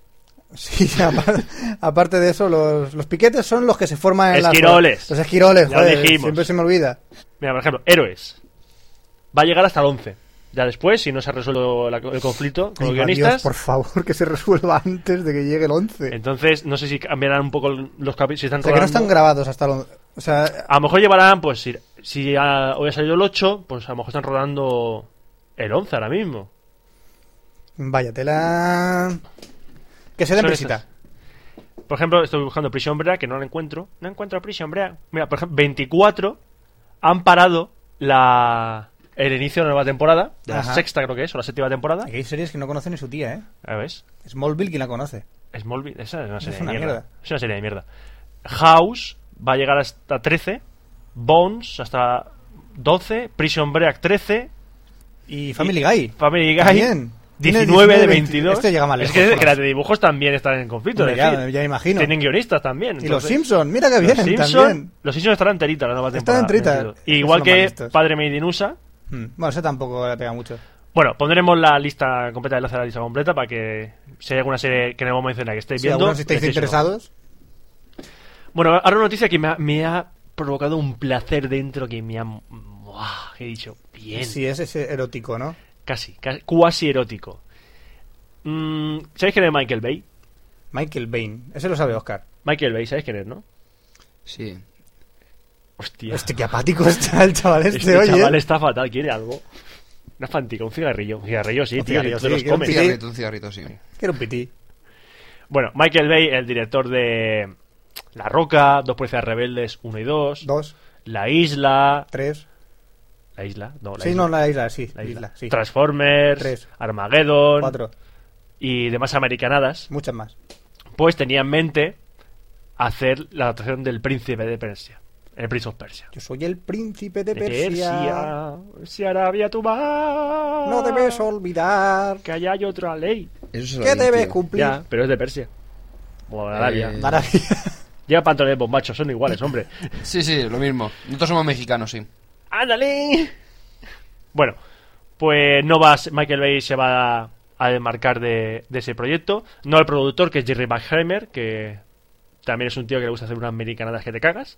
Sí, apar- aparte de eso, los, los piquetes son los que se forman en las- Esquiroles. Los esquiroles, Ya lo joder, dijimos. siempre se me olvida. Mira, por ejemplo, héroes. Va a llegar hasta el 11. Ya después, si no se ha resuelto la- el conflicto con los Ay, guionistas. Dios, por favor, que se resuelva antes de que llegue el 11. Entonces, no sé si cambiarán un poco el- los capítulos. Si están o sea, que no rodando. están grabados hasta el 11. O sea, A lo mejor llevarán, pues, si, si ha- hoy ha salido el 8, pues a lo mejor están rodando el 11 ahora mismo. vaya tela. Que se den Son prisita. esas. Por ejemplo, estoy buscando Prison Break, que no la encuentro. No encuentro a Prison Break. Mira, por ejemplo, 24 han parado la el inicio de la nueva temporada, de la Ajá. sexta creo que es, o la séptima temporada. Aquí hay series que no conoce ni su tía, ¿eh? A ver, ¿ves? Smallville, ¿quién la conoce? Smallville, esa es una serie una de mierda. mierda. Es una serie de mierda. House va a llegar hasta 13. Bones hasta 12. Prison Break 13. Y Family Guy. Family Guy También. Tiene 19, de 22. Este llega más es lejos. que, joder. que las de dibujos también están en conflicto. Hombre, es ya- decir, ya me imagino. Tienen guionistas también. Y los entonces- Simpsons, mira que Los bien Simpson, también. los Simpson estarán enterita la nueva Están temporada. enterita. 22. Es que Igual son los más que listos. Padre Medinusa. Hmm, Bueno, eso tampoco le pega mucho. Bueno, pondremos la lista completa, el enlace a la lista completa para que si hay alguna serie que no hemos mencionado que estéis Si viendo. algunos estáis decíselo. interesados, Bueno, ahora una noticia que me ha, me ha provocado un placer dentro que me ha. ¡Buah! He dicho, bien. sí, es, es erótico, ¿no? Casi, casi, cuasi erótico. Mm, ¿Sabéis quién es Michael Bay? Michael Bain, ese lo sabe Oscar. Michael Bay, ¿sabéis quién es, no? Sí. Hostia. Este que apático está el chaval este, Este oye. chaval está fatal, quiere algo. Una fantica, un cigarrillo. Un cigarrillo, sí, Un tío, cigarrillo, que te sí, los quiero un comes. cigarrillo. Cigarrito, un cigarrito, sí. Que era un pití. Bueno, Michael Bay, el director de La Roca, Dos Policías Rebeldes 1 y 2, Dos, La Isla. tres. ¿La Isla? No, La sí, Isla. no, la isla, sí. La Isla. sí. Transformers, Tres. Armageddon Cuatro, y demás americanadas. muchas más. pues tenía en mente hacer la adaptación del príncipe de Persia, el príncipe of Persia. Yo soy el príncipe de De Persia. Persia, Ah. si Arabia tú vas, No debes olvidar que allá hay otra ley. Eso se lo que vi, debes tío. cumplir. Ya, pero es de Persia. Bueno, de Arabia. Eh. Maravilla. Lleva pantalones bombachos, son iguales, hombre. Sí, sí, lo mismo. Nosotros somos mexicanos, sí. ¡Ándale! Bueno, pues no va a ser- Michael Bay se va a, a desmarcar de, de ese proyecto. No al productor, que es Jerry Bruckheimer, que también es un tío que le gusta hacer unas americanadas que te cagas.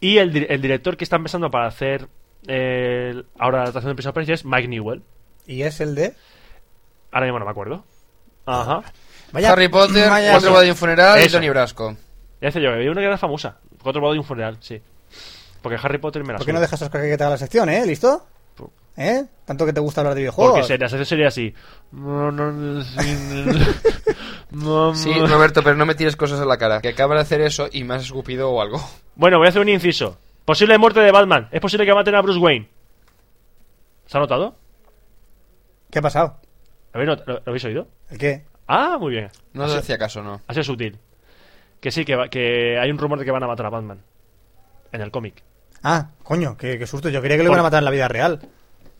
Y el, dir- el director que está empezando para hacer eh, el- ahora la adaptación de Prison Break es Mike Newell. Y es el de. Ahora mismo no me acuerdo. Ajá. Harry Potter, vaya- Cuatro bodas de un funeral y Eso. Tony Brasco. Ya decía yo, había una que era famosa. Cuatro bodas de un funeral, sí. Porque Harry Potter me la ¿Por qué suda. no dejas a Oscar que te haga la sección, eh? ¿Listo? Por- ¿Eh? Tanto que te gusta hablar de videojuegos. Porque sería, sería así. No, no, no, no, Sí, no. Roberto, pero no me tires cosas a la cara. Que acabas de hacer eso y me has escupido o algo. Bueno, voy a hacer un inciso. Posible muerte de Batman. Es posible que maten a Bruce Wayne. ¿Se ha notado? ¿Qué ha pasado? ¿Lo habéis, not- lo- lo habéis oído? ¿El qué? Ah, muy bien. No te hacía caso, no. Ha sido sutil. Que sí, que, va- que hay un rumor de que van a matar a Batman. En el cómic. Ah, coño, qué, qué susto. Yo creía que lo iban a Por- matar en la vida real.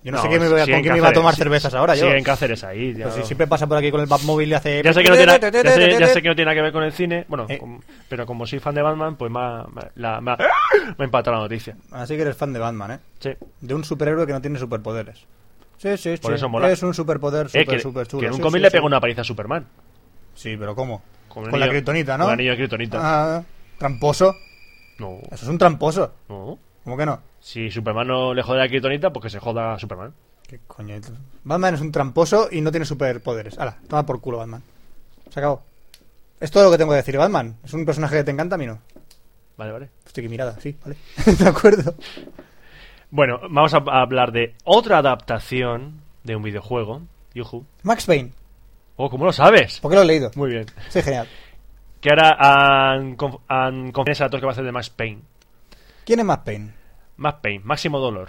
Yo no, sé qué me, sigue con en quién me iba a Cáceres. tomar Sí, cervezas ahora. yo. Sigue en Cáceres ahí. Ya, Pero Pues si no. siempre pasa por aquí con el Batmóvil y hace. Ya sé, que no tiene, ya, sé, ya sé que no tiene nada que ver con el cine. Bueno, Eh. como- pero como soy fan de Batman, pues me ha, me ha- la- me ha- me ha impactado la noticia. Así que eres fan de Batman, ¿eh? Sí. De un superhéroe que no tiene superpoderes. Sí, sí, Por sí. eso mola. Es un superpoder Eh, super, que, super chulo. que en un Sí, cómic sí, le sí. pega una paliza a Superman. Sí, pero ¿cómo? un Con la anillo- criptonita, ¿no? Con el anillo de criptonita. Ah, tramposo. No, Eso es un tramposo. no. ¿Cómo que no? Si Superman no le jode la criptonita, pues que se joda a Superman. ¿Qué coño? Batman es un tramposo y no tiene superpoderes. Hala, toma por culo, Batman. Se acabó. Es todo lo que tengo que decir, Batman. Es un personaje que te encanta, a mí no. Pues Vale, vale. Estoy que mirada, sí, vale. de acuerdo. Bueno, vamos a a hablar de otra adaptación de un videojuego. Yuhu. Max Payne. Oh, ¿cómo lo sabes? ¿Por qué lo he leído? Muy bien. Sí, genial. Que ahora han, conf- han confiado a todos que va a ser de Max Payne. ¿Quién es Max Payne? Max Payne, máximo dolor.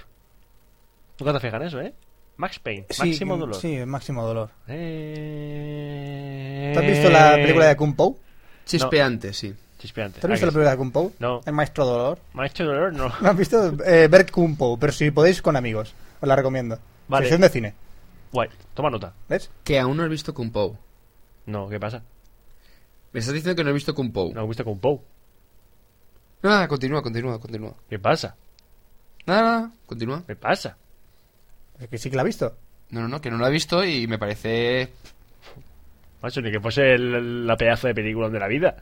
Nunca te fijas en eso, ¿eh? Max Payne, Sí, mm, máximo dolor. Sí, el máximo dolor. Eh... ¿Tú has visto la película de Kung Pao? Chispeante, sí. Chispeante. ¿Te has visto Ah, que la sí. película de Kung Pao? No. El maestro dolor. Maestro dolor, no. ¿No has visto? Eh, ver Kung Pao, pero si podéis con amigos. Os la recomiendo. Vale. Sección de cine. Guay, toma nota. ¿Ves? Que aún no has visto Kung Pao. No, ¿qué pasa? Me estás diciendo que no he visto Kung Pao. No he visto con Pou. Nada, Ah, continúa, continúa, continúa. ¿Qué pasa? Nada, nada, continúa. ¿Qué pasa? Es que sí que la ha visto. No, no, no, que no lo ha visto y me parece... Macho, ni que fuese el- la pedazo de película de la vida.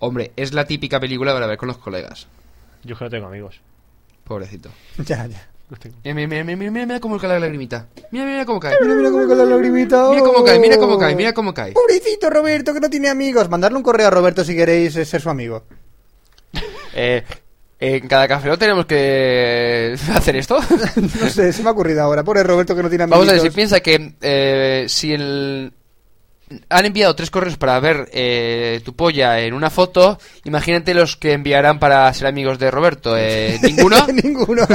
Hombre, es la típica película para ver con los colegas. Yo es que no tengo amigos. Pobrecito. ya, ya. No tengo- Mira, mira, mira, mira, mira, mira cómo cae la lagrimita. Mira, mira, mira cómo cae. Mira, mira cómo cae la lagrimita. Mira cómo cae, mira cómo Oh. cae, mira cómo cae. Pobrecito Roberto, que no tiene amigos. Mandarle un correo a Roberto si queréis eh, ser su amigo. Eh, en cada café tenemos que hacer esto. No sé, se me ha ocurrido ahora. Pobre Roberto que no tiene amigos. Vamos a ver, si piensa que eh, si el... han enviado tres correos para ver eh, tu polla en una foto, imagínate los que enviarán para ser amigos de Roberto. Eh, ¿Ninguno? Ninguno.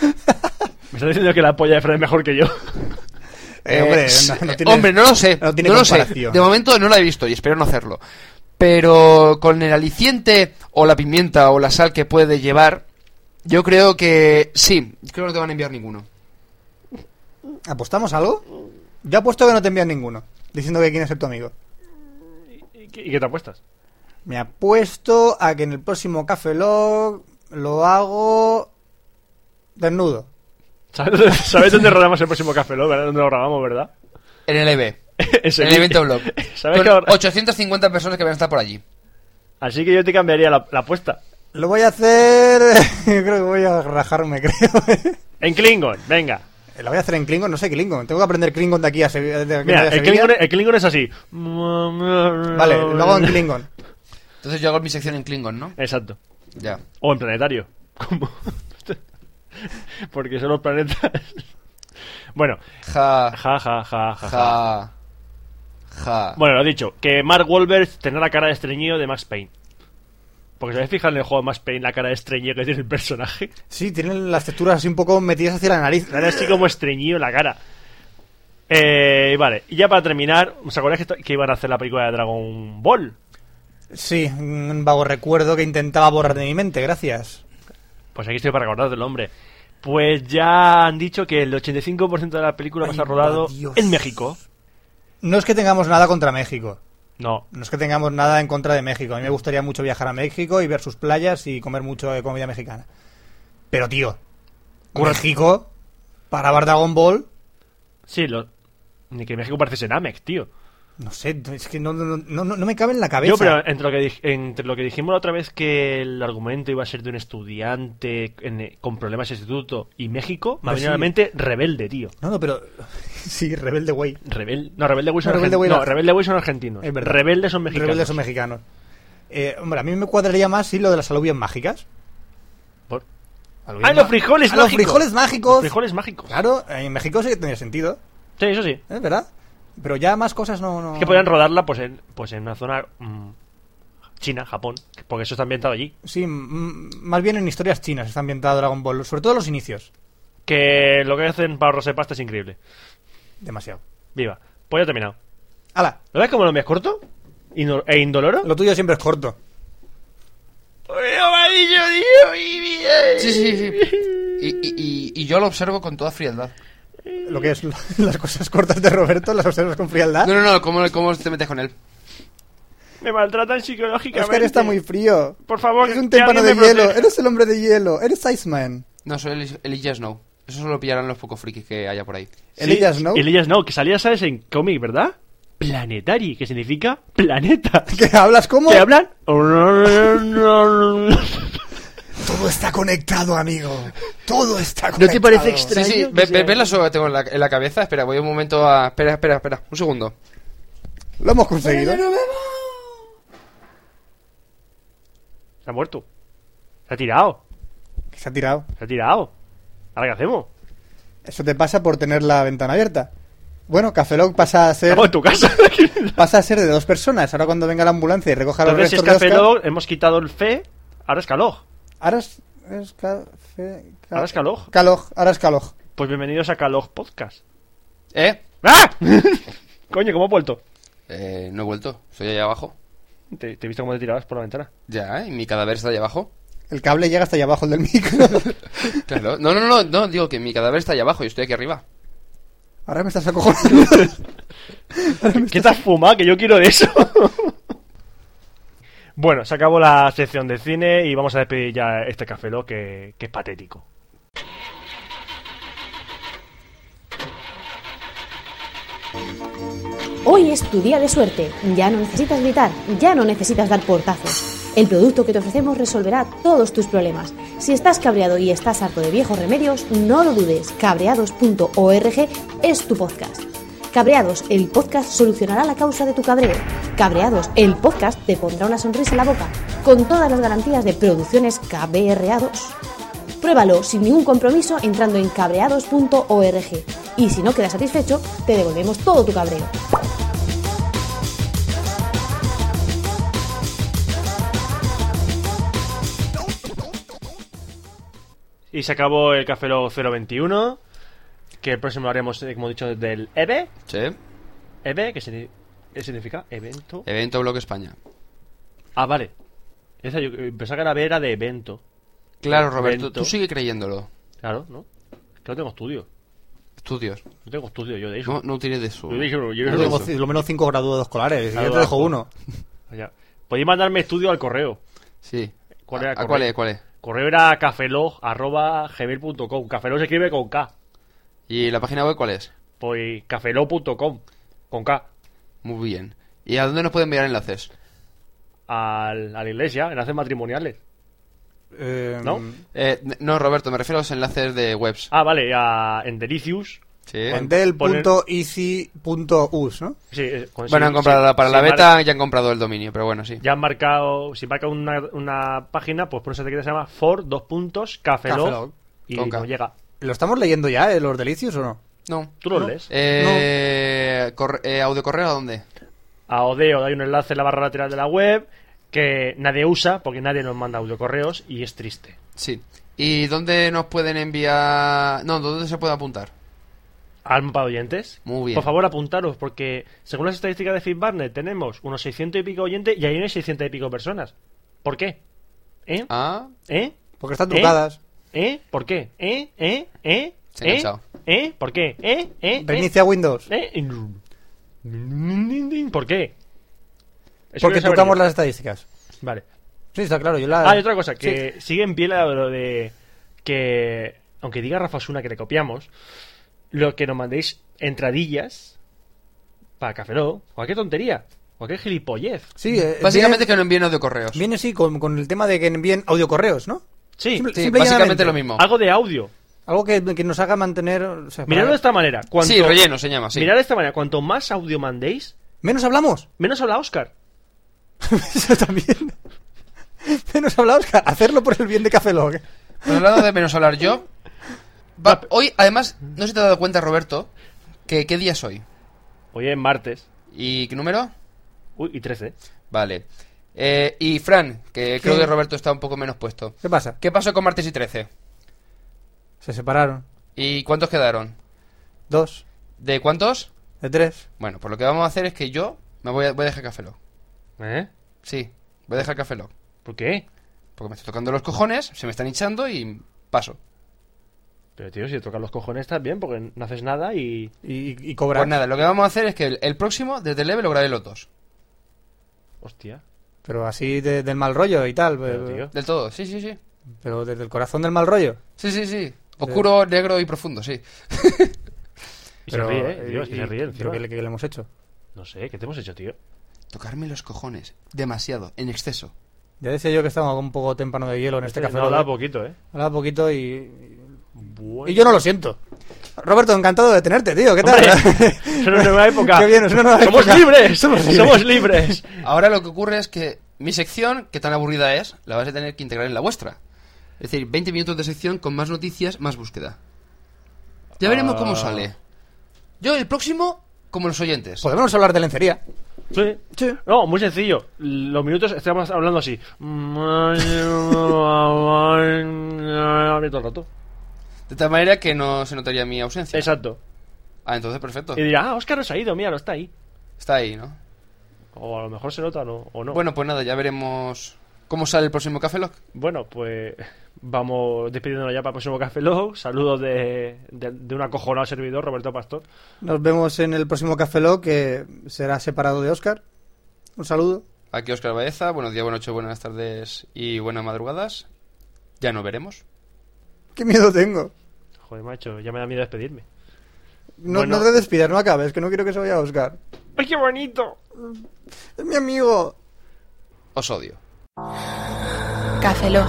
Me estás diciendo que la polla de Fred es mejor que yo. Eh, hombre, Eh, no, no eh, tiene- hombre, no lo sé. no No, tiene lo sé. comparación. De momento no la he visto y espero no hacerlo. Pero con el aliciente o la pimienta o la sal que puede llevar, yo creo que sí. Creo que no te van a enviar ninguno. ¿Apostamos algo? Yo apuesto que no te envían ninguno. Diciendo que quién es tu amigo. ¿Y qué, y qué te apuestas? Me apuesto a que en el próximo Café Log lo hago desnudo. ¿Sabes, sabes dónde rodamos el próximo Café Lock, verdad? ¿Dónde lo grabamos, verdad? En el EB. Ese En el evento blog. vídeo. ¿Sabes que Con ahora- 850 personas que van a estar por allí. Así que yo te cambiaría la, la apuesta. Lo voy a hacer... Yo creo que voy a rajarme, creo. En Klingon, venga. La voy a hacer en Klingon, no sé Klingon. Tengo que aprender Klingon de aquí a Sevilla. de aquí Mira, a el Sevilla. Klingon, es- el Klingon es así. Vale, Vale, lo hago en Klingon. Entonces yo hago mi sección en Klingon, ¿no? Exacto. Ya. O en planetario. Como- Porque son los planetas. Bueno, Ja. ja, ja, ja, ja, ja. Ja. Ja. Bueno, lo he dicho, que Mark Wahlberg tendrá la cara de estreñido de Max Payne. Porque si habéis fijado en el juego de Max Payne la cara de estreñido que tiene el personaje. Sí, tienen las texturas así un poco metidas hacia la nariz. Era así como estreñido la cara. Eh, vale, y ya para terminar, ¿os acordáis que, to- que iban a hacer la película de Dragon Ball? Sí, un vago recuerdo que intentaba borrar de mi mente, gracias. Pues aquí estoy para recordar del hombre. Pues ya han dicho que el 85% de la película va a Ay, estar rodado va, Dios. en México. No es que tengamos nada contra México. No, No es que tengamos nada en contra de México. A mí me gustaría mucho viajar a México y ver sus playas y comer mucho de comida mexicana. Pero, tío, México, para ver Dragon Ball, sí, lo... ni que México parece Senamec, tío. no sé, es que no, no, no, no- no me cabe en la cabeza. Yo, pero entre lo, que dij- entre lo que dijimos la otra vez que el argumento iba a ser de un estudiante en- con problemas de instituto y México, me ha Pues venido a la sí. mente rebelde, tío. No, no, pero... Sí, rebelde, güey. Rebel... No, Rebelde Way son, No, Rebelde argent- Way no, no. Rebelde Way son argentinos. Es verdad. Rebeldes son mexicanos. Rebeldes son mexicanos. Eh, hombre, a mí me cuadraría más sí lo de las alubias mágicas. Por- Alubias Ah, los ma- frijoles Ah, los mágicos. frijoles mágicos. Los frijoles mágicos. Claro, en México sí que tenía sentido, Sí, eso sí. ¿eh? ¿verdad? Pero ya más cosas no... no... Es que podían rodarla pues en, pues en una zona mm, China, Japón, porque eso está ambientado allí. Sí, mm, más bien en historias chinas está ambientado Dragon Ball, sobre todo los inicios. Que lo que hacen para ahorrarse pasta es increíble. Demasiado. Viva. Pues ya he terminado. ¡Hala! ¿Lo ves como lo mío es corto? Ino- ¿E indoloro? Lo tuyo siempre es corto. Sí, sí, sí. Y, y- y- y yo lo observo con toda frialdad. Lo que es las cosas cortas de Roberto, las observas con frialdad. No, no, no, ¿cómo, cómo te metes con él? Me maltratan psicológicamente. Oscar está muy frío. Por favor, es un que témpano de alguien me hielo. proteja. Eres el hombre de hielo. Eres Iceman. No, soy Eli- Elijah Snow. Eso solo pillarán los pocos frikis que haya por ahí. Elías, ¿no? Elías no, que salía, ¿sabes? En cómic, ¿verdad? Planetary, que significa planeta. ¿Qué hablas como? ¿Qué hablan? Todo está conectado, amigo. Todo está ¿No conectado. te parece extra- Sí, sí, Extraño ve, que ve- sea- ve la soga que tengo en la, en la cabeza. Espera, voy un momento a. Espera, espera, espera. Un segundo. Lo hemos conseguido. Se ha muerto. Se ha tirado. Se ha tirado. Se ha tirado. ¿Ahora qué hacemos? Eh. Eso te pasa por tener la ventana abierta. Bueno, Cafeloc pasa a ser Estamos en tu casa. pasa a ser de dos personas. Ahora cuando venga la ambulancia y recoja los Entonces, si es restos de Café Oscar- Lock, hemos quitado el fe, ahora es Calog. Ahora es, es ca- fe- ca- Ahora es Calog. Caloj, ahora es Caloj. Pues bienvenidos a Calog Podcast. ¿Eh? ¡Ah! Coño, ¿cómo he vuelto? Eh, No he vuelto. Soy allá abajo. Te, te he visto cómo te tirabas por la ventana. Ya, ¿eh? ¿Y mi cadáver está allá abajo? El cable llega hasta allá abajo el del micro. Claro. No, no, no, no, no, digo que mi cadáver está allá abajo, yo estoy aquí arriba. ahora me estás acojonando. ¿Qué te has fumado? Que yo quiero de eso. bueno, se acabó la sección de cine y vamos a despedir ya este Café Lock que, que es patético. Hoy es tu día de suerte. Ya no necesitas gritar, ya no necesitas dar portazos. El producto que te ofrecemos resolverá todos tus problemas. Si estás cabreado y estás harto de viejos remedios, no lo dudes. Cabreados.org es tu podcast. Cabreados, el podcast solucionará la causa de tu cabreo. Cabreados, el podcast te pondrá una sonrisa en la boca, con todas las garantías de producciones cabreados. Pruébalo sin ningún compromiso entrando en cabreados.org. Y si no quedas satisfecho, te devolvemos todo tu cabreo. Y se acabó el Café Lock 021. Que el próximo lo haremos, eh, como he dicho, del EVE. Sí. EVE, que signi- ¿qué significa evento. Evento Bloque España. Ah, vale. Esa yo eh, pensaba que la B era de evento. Claro, Roberto, Evento. tú sigue creyéndolo. Claro, ¿no? Es que no tengo estudio. Estudios. No tengo estudio yo de eso. No, no tienes de eso. Yo dije, yo Yo no tengo tengo- ci- lo menos cinco graduados escolares. Graduado. Yo te dejo uno. Ya. Podéis mandarme estudio al correo. Sí. ¿Cuál ¿A- era el ¿A correo? cuál es? ¿Cuál es? Correo era cafelog.gmail.com. Cafelog se escribe con K. ¿Y la página web cuál es? Pues cafelog.com. Con K. Muy bien. ¿Y a dónde nos pueden enviar enlaces? Al, a la iglesia, enlaces matrimoniales. Eh, ¿No? Eh, n- no, Roberto, me refiero a los enlaces de webs. Ah, vale, a, en Delicious. Sí. Endel.easy.us, ¿no? Sí, eh, con- Bueno, sí, han comprado sí, la- para sí, la mar- beta, ya han comprado el dominio, pero bueno, sí. Ya han marcado, si marca una, una página, pues por eso te queda se llama for dos puntos cafelog Cafelog. y Con K. nos llega. ¿Lo estamos leyendo ya, eh, los delicios o no? No. Tú lo lees. Eh, corre- eh, ¿Audiocorreo a dónde? a Odeo hay un enlace en la barra lateral de la web que nadie usa porque nadie nos manda audiocorreos y es triste. Sí. ¿Y dónde nos pueden enviar...? No, ¿dónde se puede apuntar? Al mapa de oyentes. Muy bien. Por favor, apuntaros, porque según las estadísticas de FitBarnet tenemos unos 600 y pico oyentes y ahí no hay 600 y pico personas. ¿Por qué? ¿Eh? Ah, ¿Eh? Porque están ¿Eh? trucadas. ¿Eh? ¿Por qué? ¿Eh? ¿Eh? ¿Eh? Se ha ¿Eh? cansado. ¿Eh? ¿Por qué? ¿Eh? ¿Eh? Reinicia Windows. ¿Eh? ¿Eh? ¿Por qué? Eso quiero Porque saber trucamos yo. las estadísticas. Vale. Sí, está claro. Yo la... Ah, y otra cosa, Sí. que sigue en pie lo de que, aunque diga Rafa Osuna que le copiamos, lo que nos mandéis entradillas para Café Lock, cualquier tontería, cualquier gilipollez. Sí, eh, básicamente viene, que no envíen audiocorreos. viene sí con, con el tema de que envíen audiocorreos, ¿no? Sí, Simple- Sí, simple y básicamente llanamente. lo mismo. algo de audio. Algo que, que nos haga mantener... o sea, Miradlo para- de esta manera. Cuanto, Sí, relleno se llama, sí. Mirad de esta manera, cuanto más audio mandéis, Menos hablamos. menos habla Oscar. Eso también. Menos hablamos que hacerlo por el bien de Café Log. Pues hablando de menos hablar yo. va- hoy, además, no sé si te has dado cuenta, Roberto, que qué día es hoy. Hoy es martes. ¿Y qué número? Uy, y 13. Vale. Eh, y Fran, que creo que Roberto está un poco menos puesto. ¿Qué pasa? ¿Qué pasó con martes y 13? Se separaron. ¿Y cuántos quedaron? Dos, ¿De cuántos? de tres. Bueno, pues lo que vamos a hacer es que yo me voy a, voy a dejar Café Lock. ¿Eh? Sí, voy a dejar Café Lock. ¿Por qué? Porque me estoy tocando los cojones, se me están hinchando y paso. Pero tío, si te tocan los cojones estás bien porque no haces nada y... Y, y cobrar. Pues nada, lo que vamos a hacer es que el, el próximo, desde el leve, lo grabé los dos. Hostia. Pero así de- del mal rollo y tal. Pero, tío. Pero, Del todo, sí, sí, sí. pero desde el corazón del mal rollo. Sí, sí, sí. Oscuro, negro y profundo, sí. Y Pero- se ríe, ¿eh? Tío, es que y- se ríe pero encima. ¿qué le- qué le hemos hecho? No sé, ¿qué te hemos hecho, tío? Tocarme los cojones. Demasiado, en exceso. Ya decía yo que estaba con un poco témpano de hielo en este café. No, Lock. da poquito, ¿eh? Hablaba poquito y. Bueno. Y yo no lo siento. Roberto, encantado de tenerte, tío. ¿Qué tal? Hombre, es una nueva época. Qué bien, es una nueva ¡Somos época. libres! Somos libres. ¡Somos libres! Ahora lo que ocurre es que mi sección, que tan aburrida es, la vas a tener que integrar en la vuestra. Es decir, 20 minutos de sección con más noticias, más búsqueda. Ya veremos Ah. cómo sale. Yo el próximo, como los oyentes. Podemos hablar de lencería. Sí. Sí. No, muy sencillo. Los minutos estamos hablando así. Abre todo el rato. De tal manera que no se notaría mi ausencia. Exacto. Ah, entonces perfecto. Y dirá, ah, Oscar no se ha ido, mira, no está ahí. Está ahí, ¿no? O a lo mejor se nota no, o no. Bueno, pues nada, ya veremos cómo sale el próximo Café Lock. Bueno, pues vamos despidiéndonos ya para el próximo Café Log. Saludos de, de, de un acojonado servidor, Roberto Pastor. Nos vemos en el próximo Café Lock, que será separado de Oscar. Un saludo. Aquí Oscar Baeza, buenos días, buenas noches, buenas tardes y buenas madrugadas. Ya no veremos. Qué miedo tengo. Joder, macho, ya me da miedo despedirme. No, Bueno. no te despidas, no acabes, que no quiero que se vaya Oscar. ¡Ay, qué bonito! Es mi amigo. Os odio. Café Lock.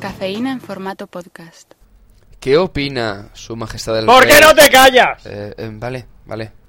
Cafeína en formato podcast. ¿Qué opina su majestad del ¿Por qué rey? no te callas? Eh, eh, vale, vale.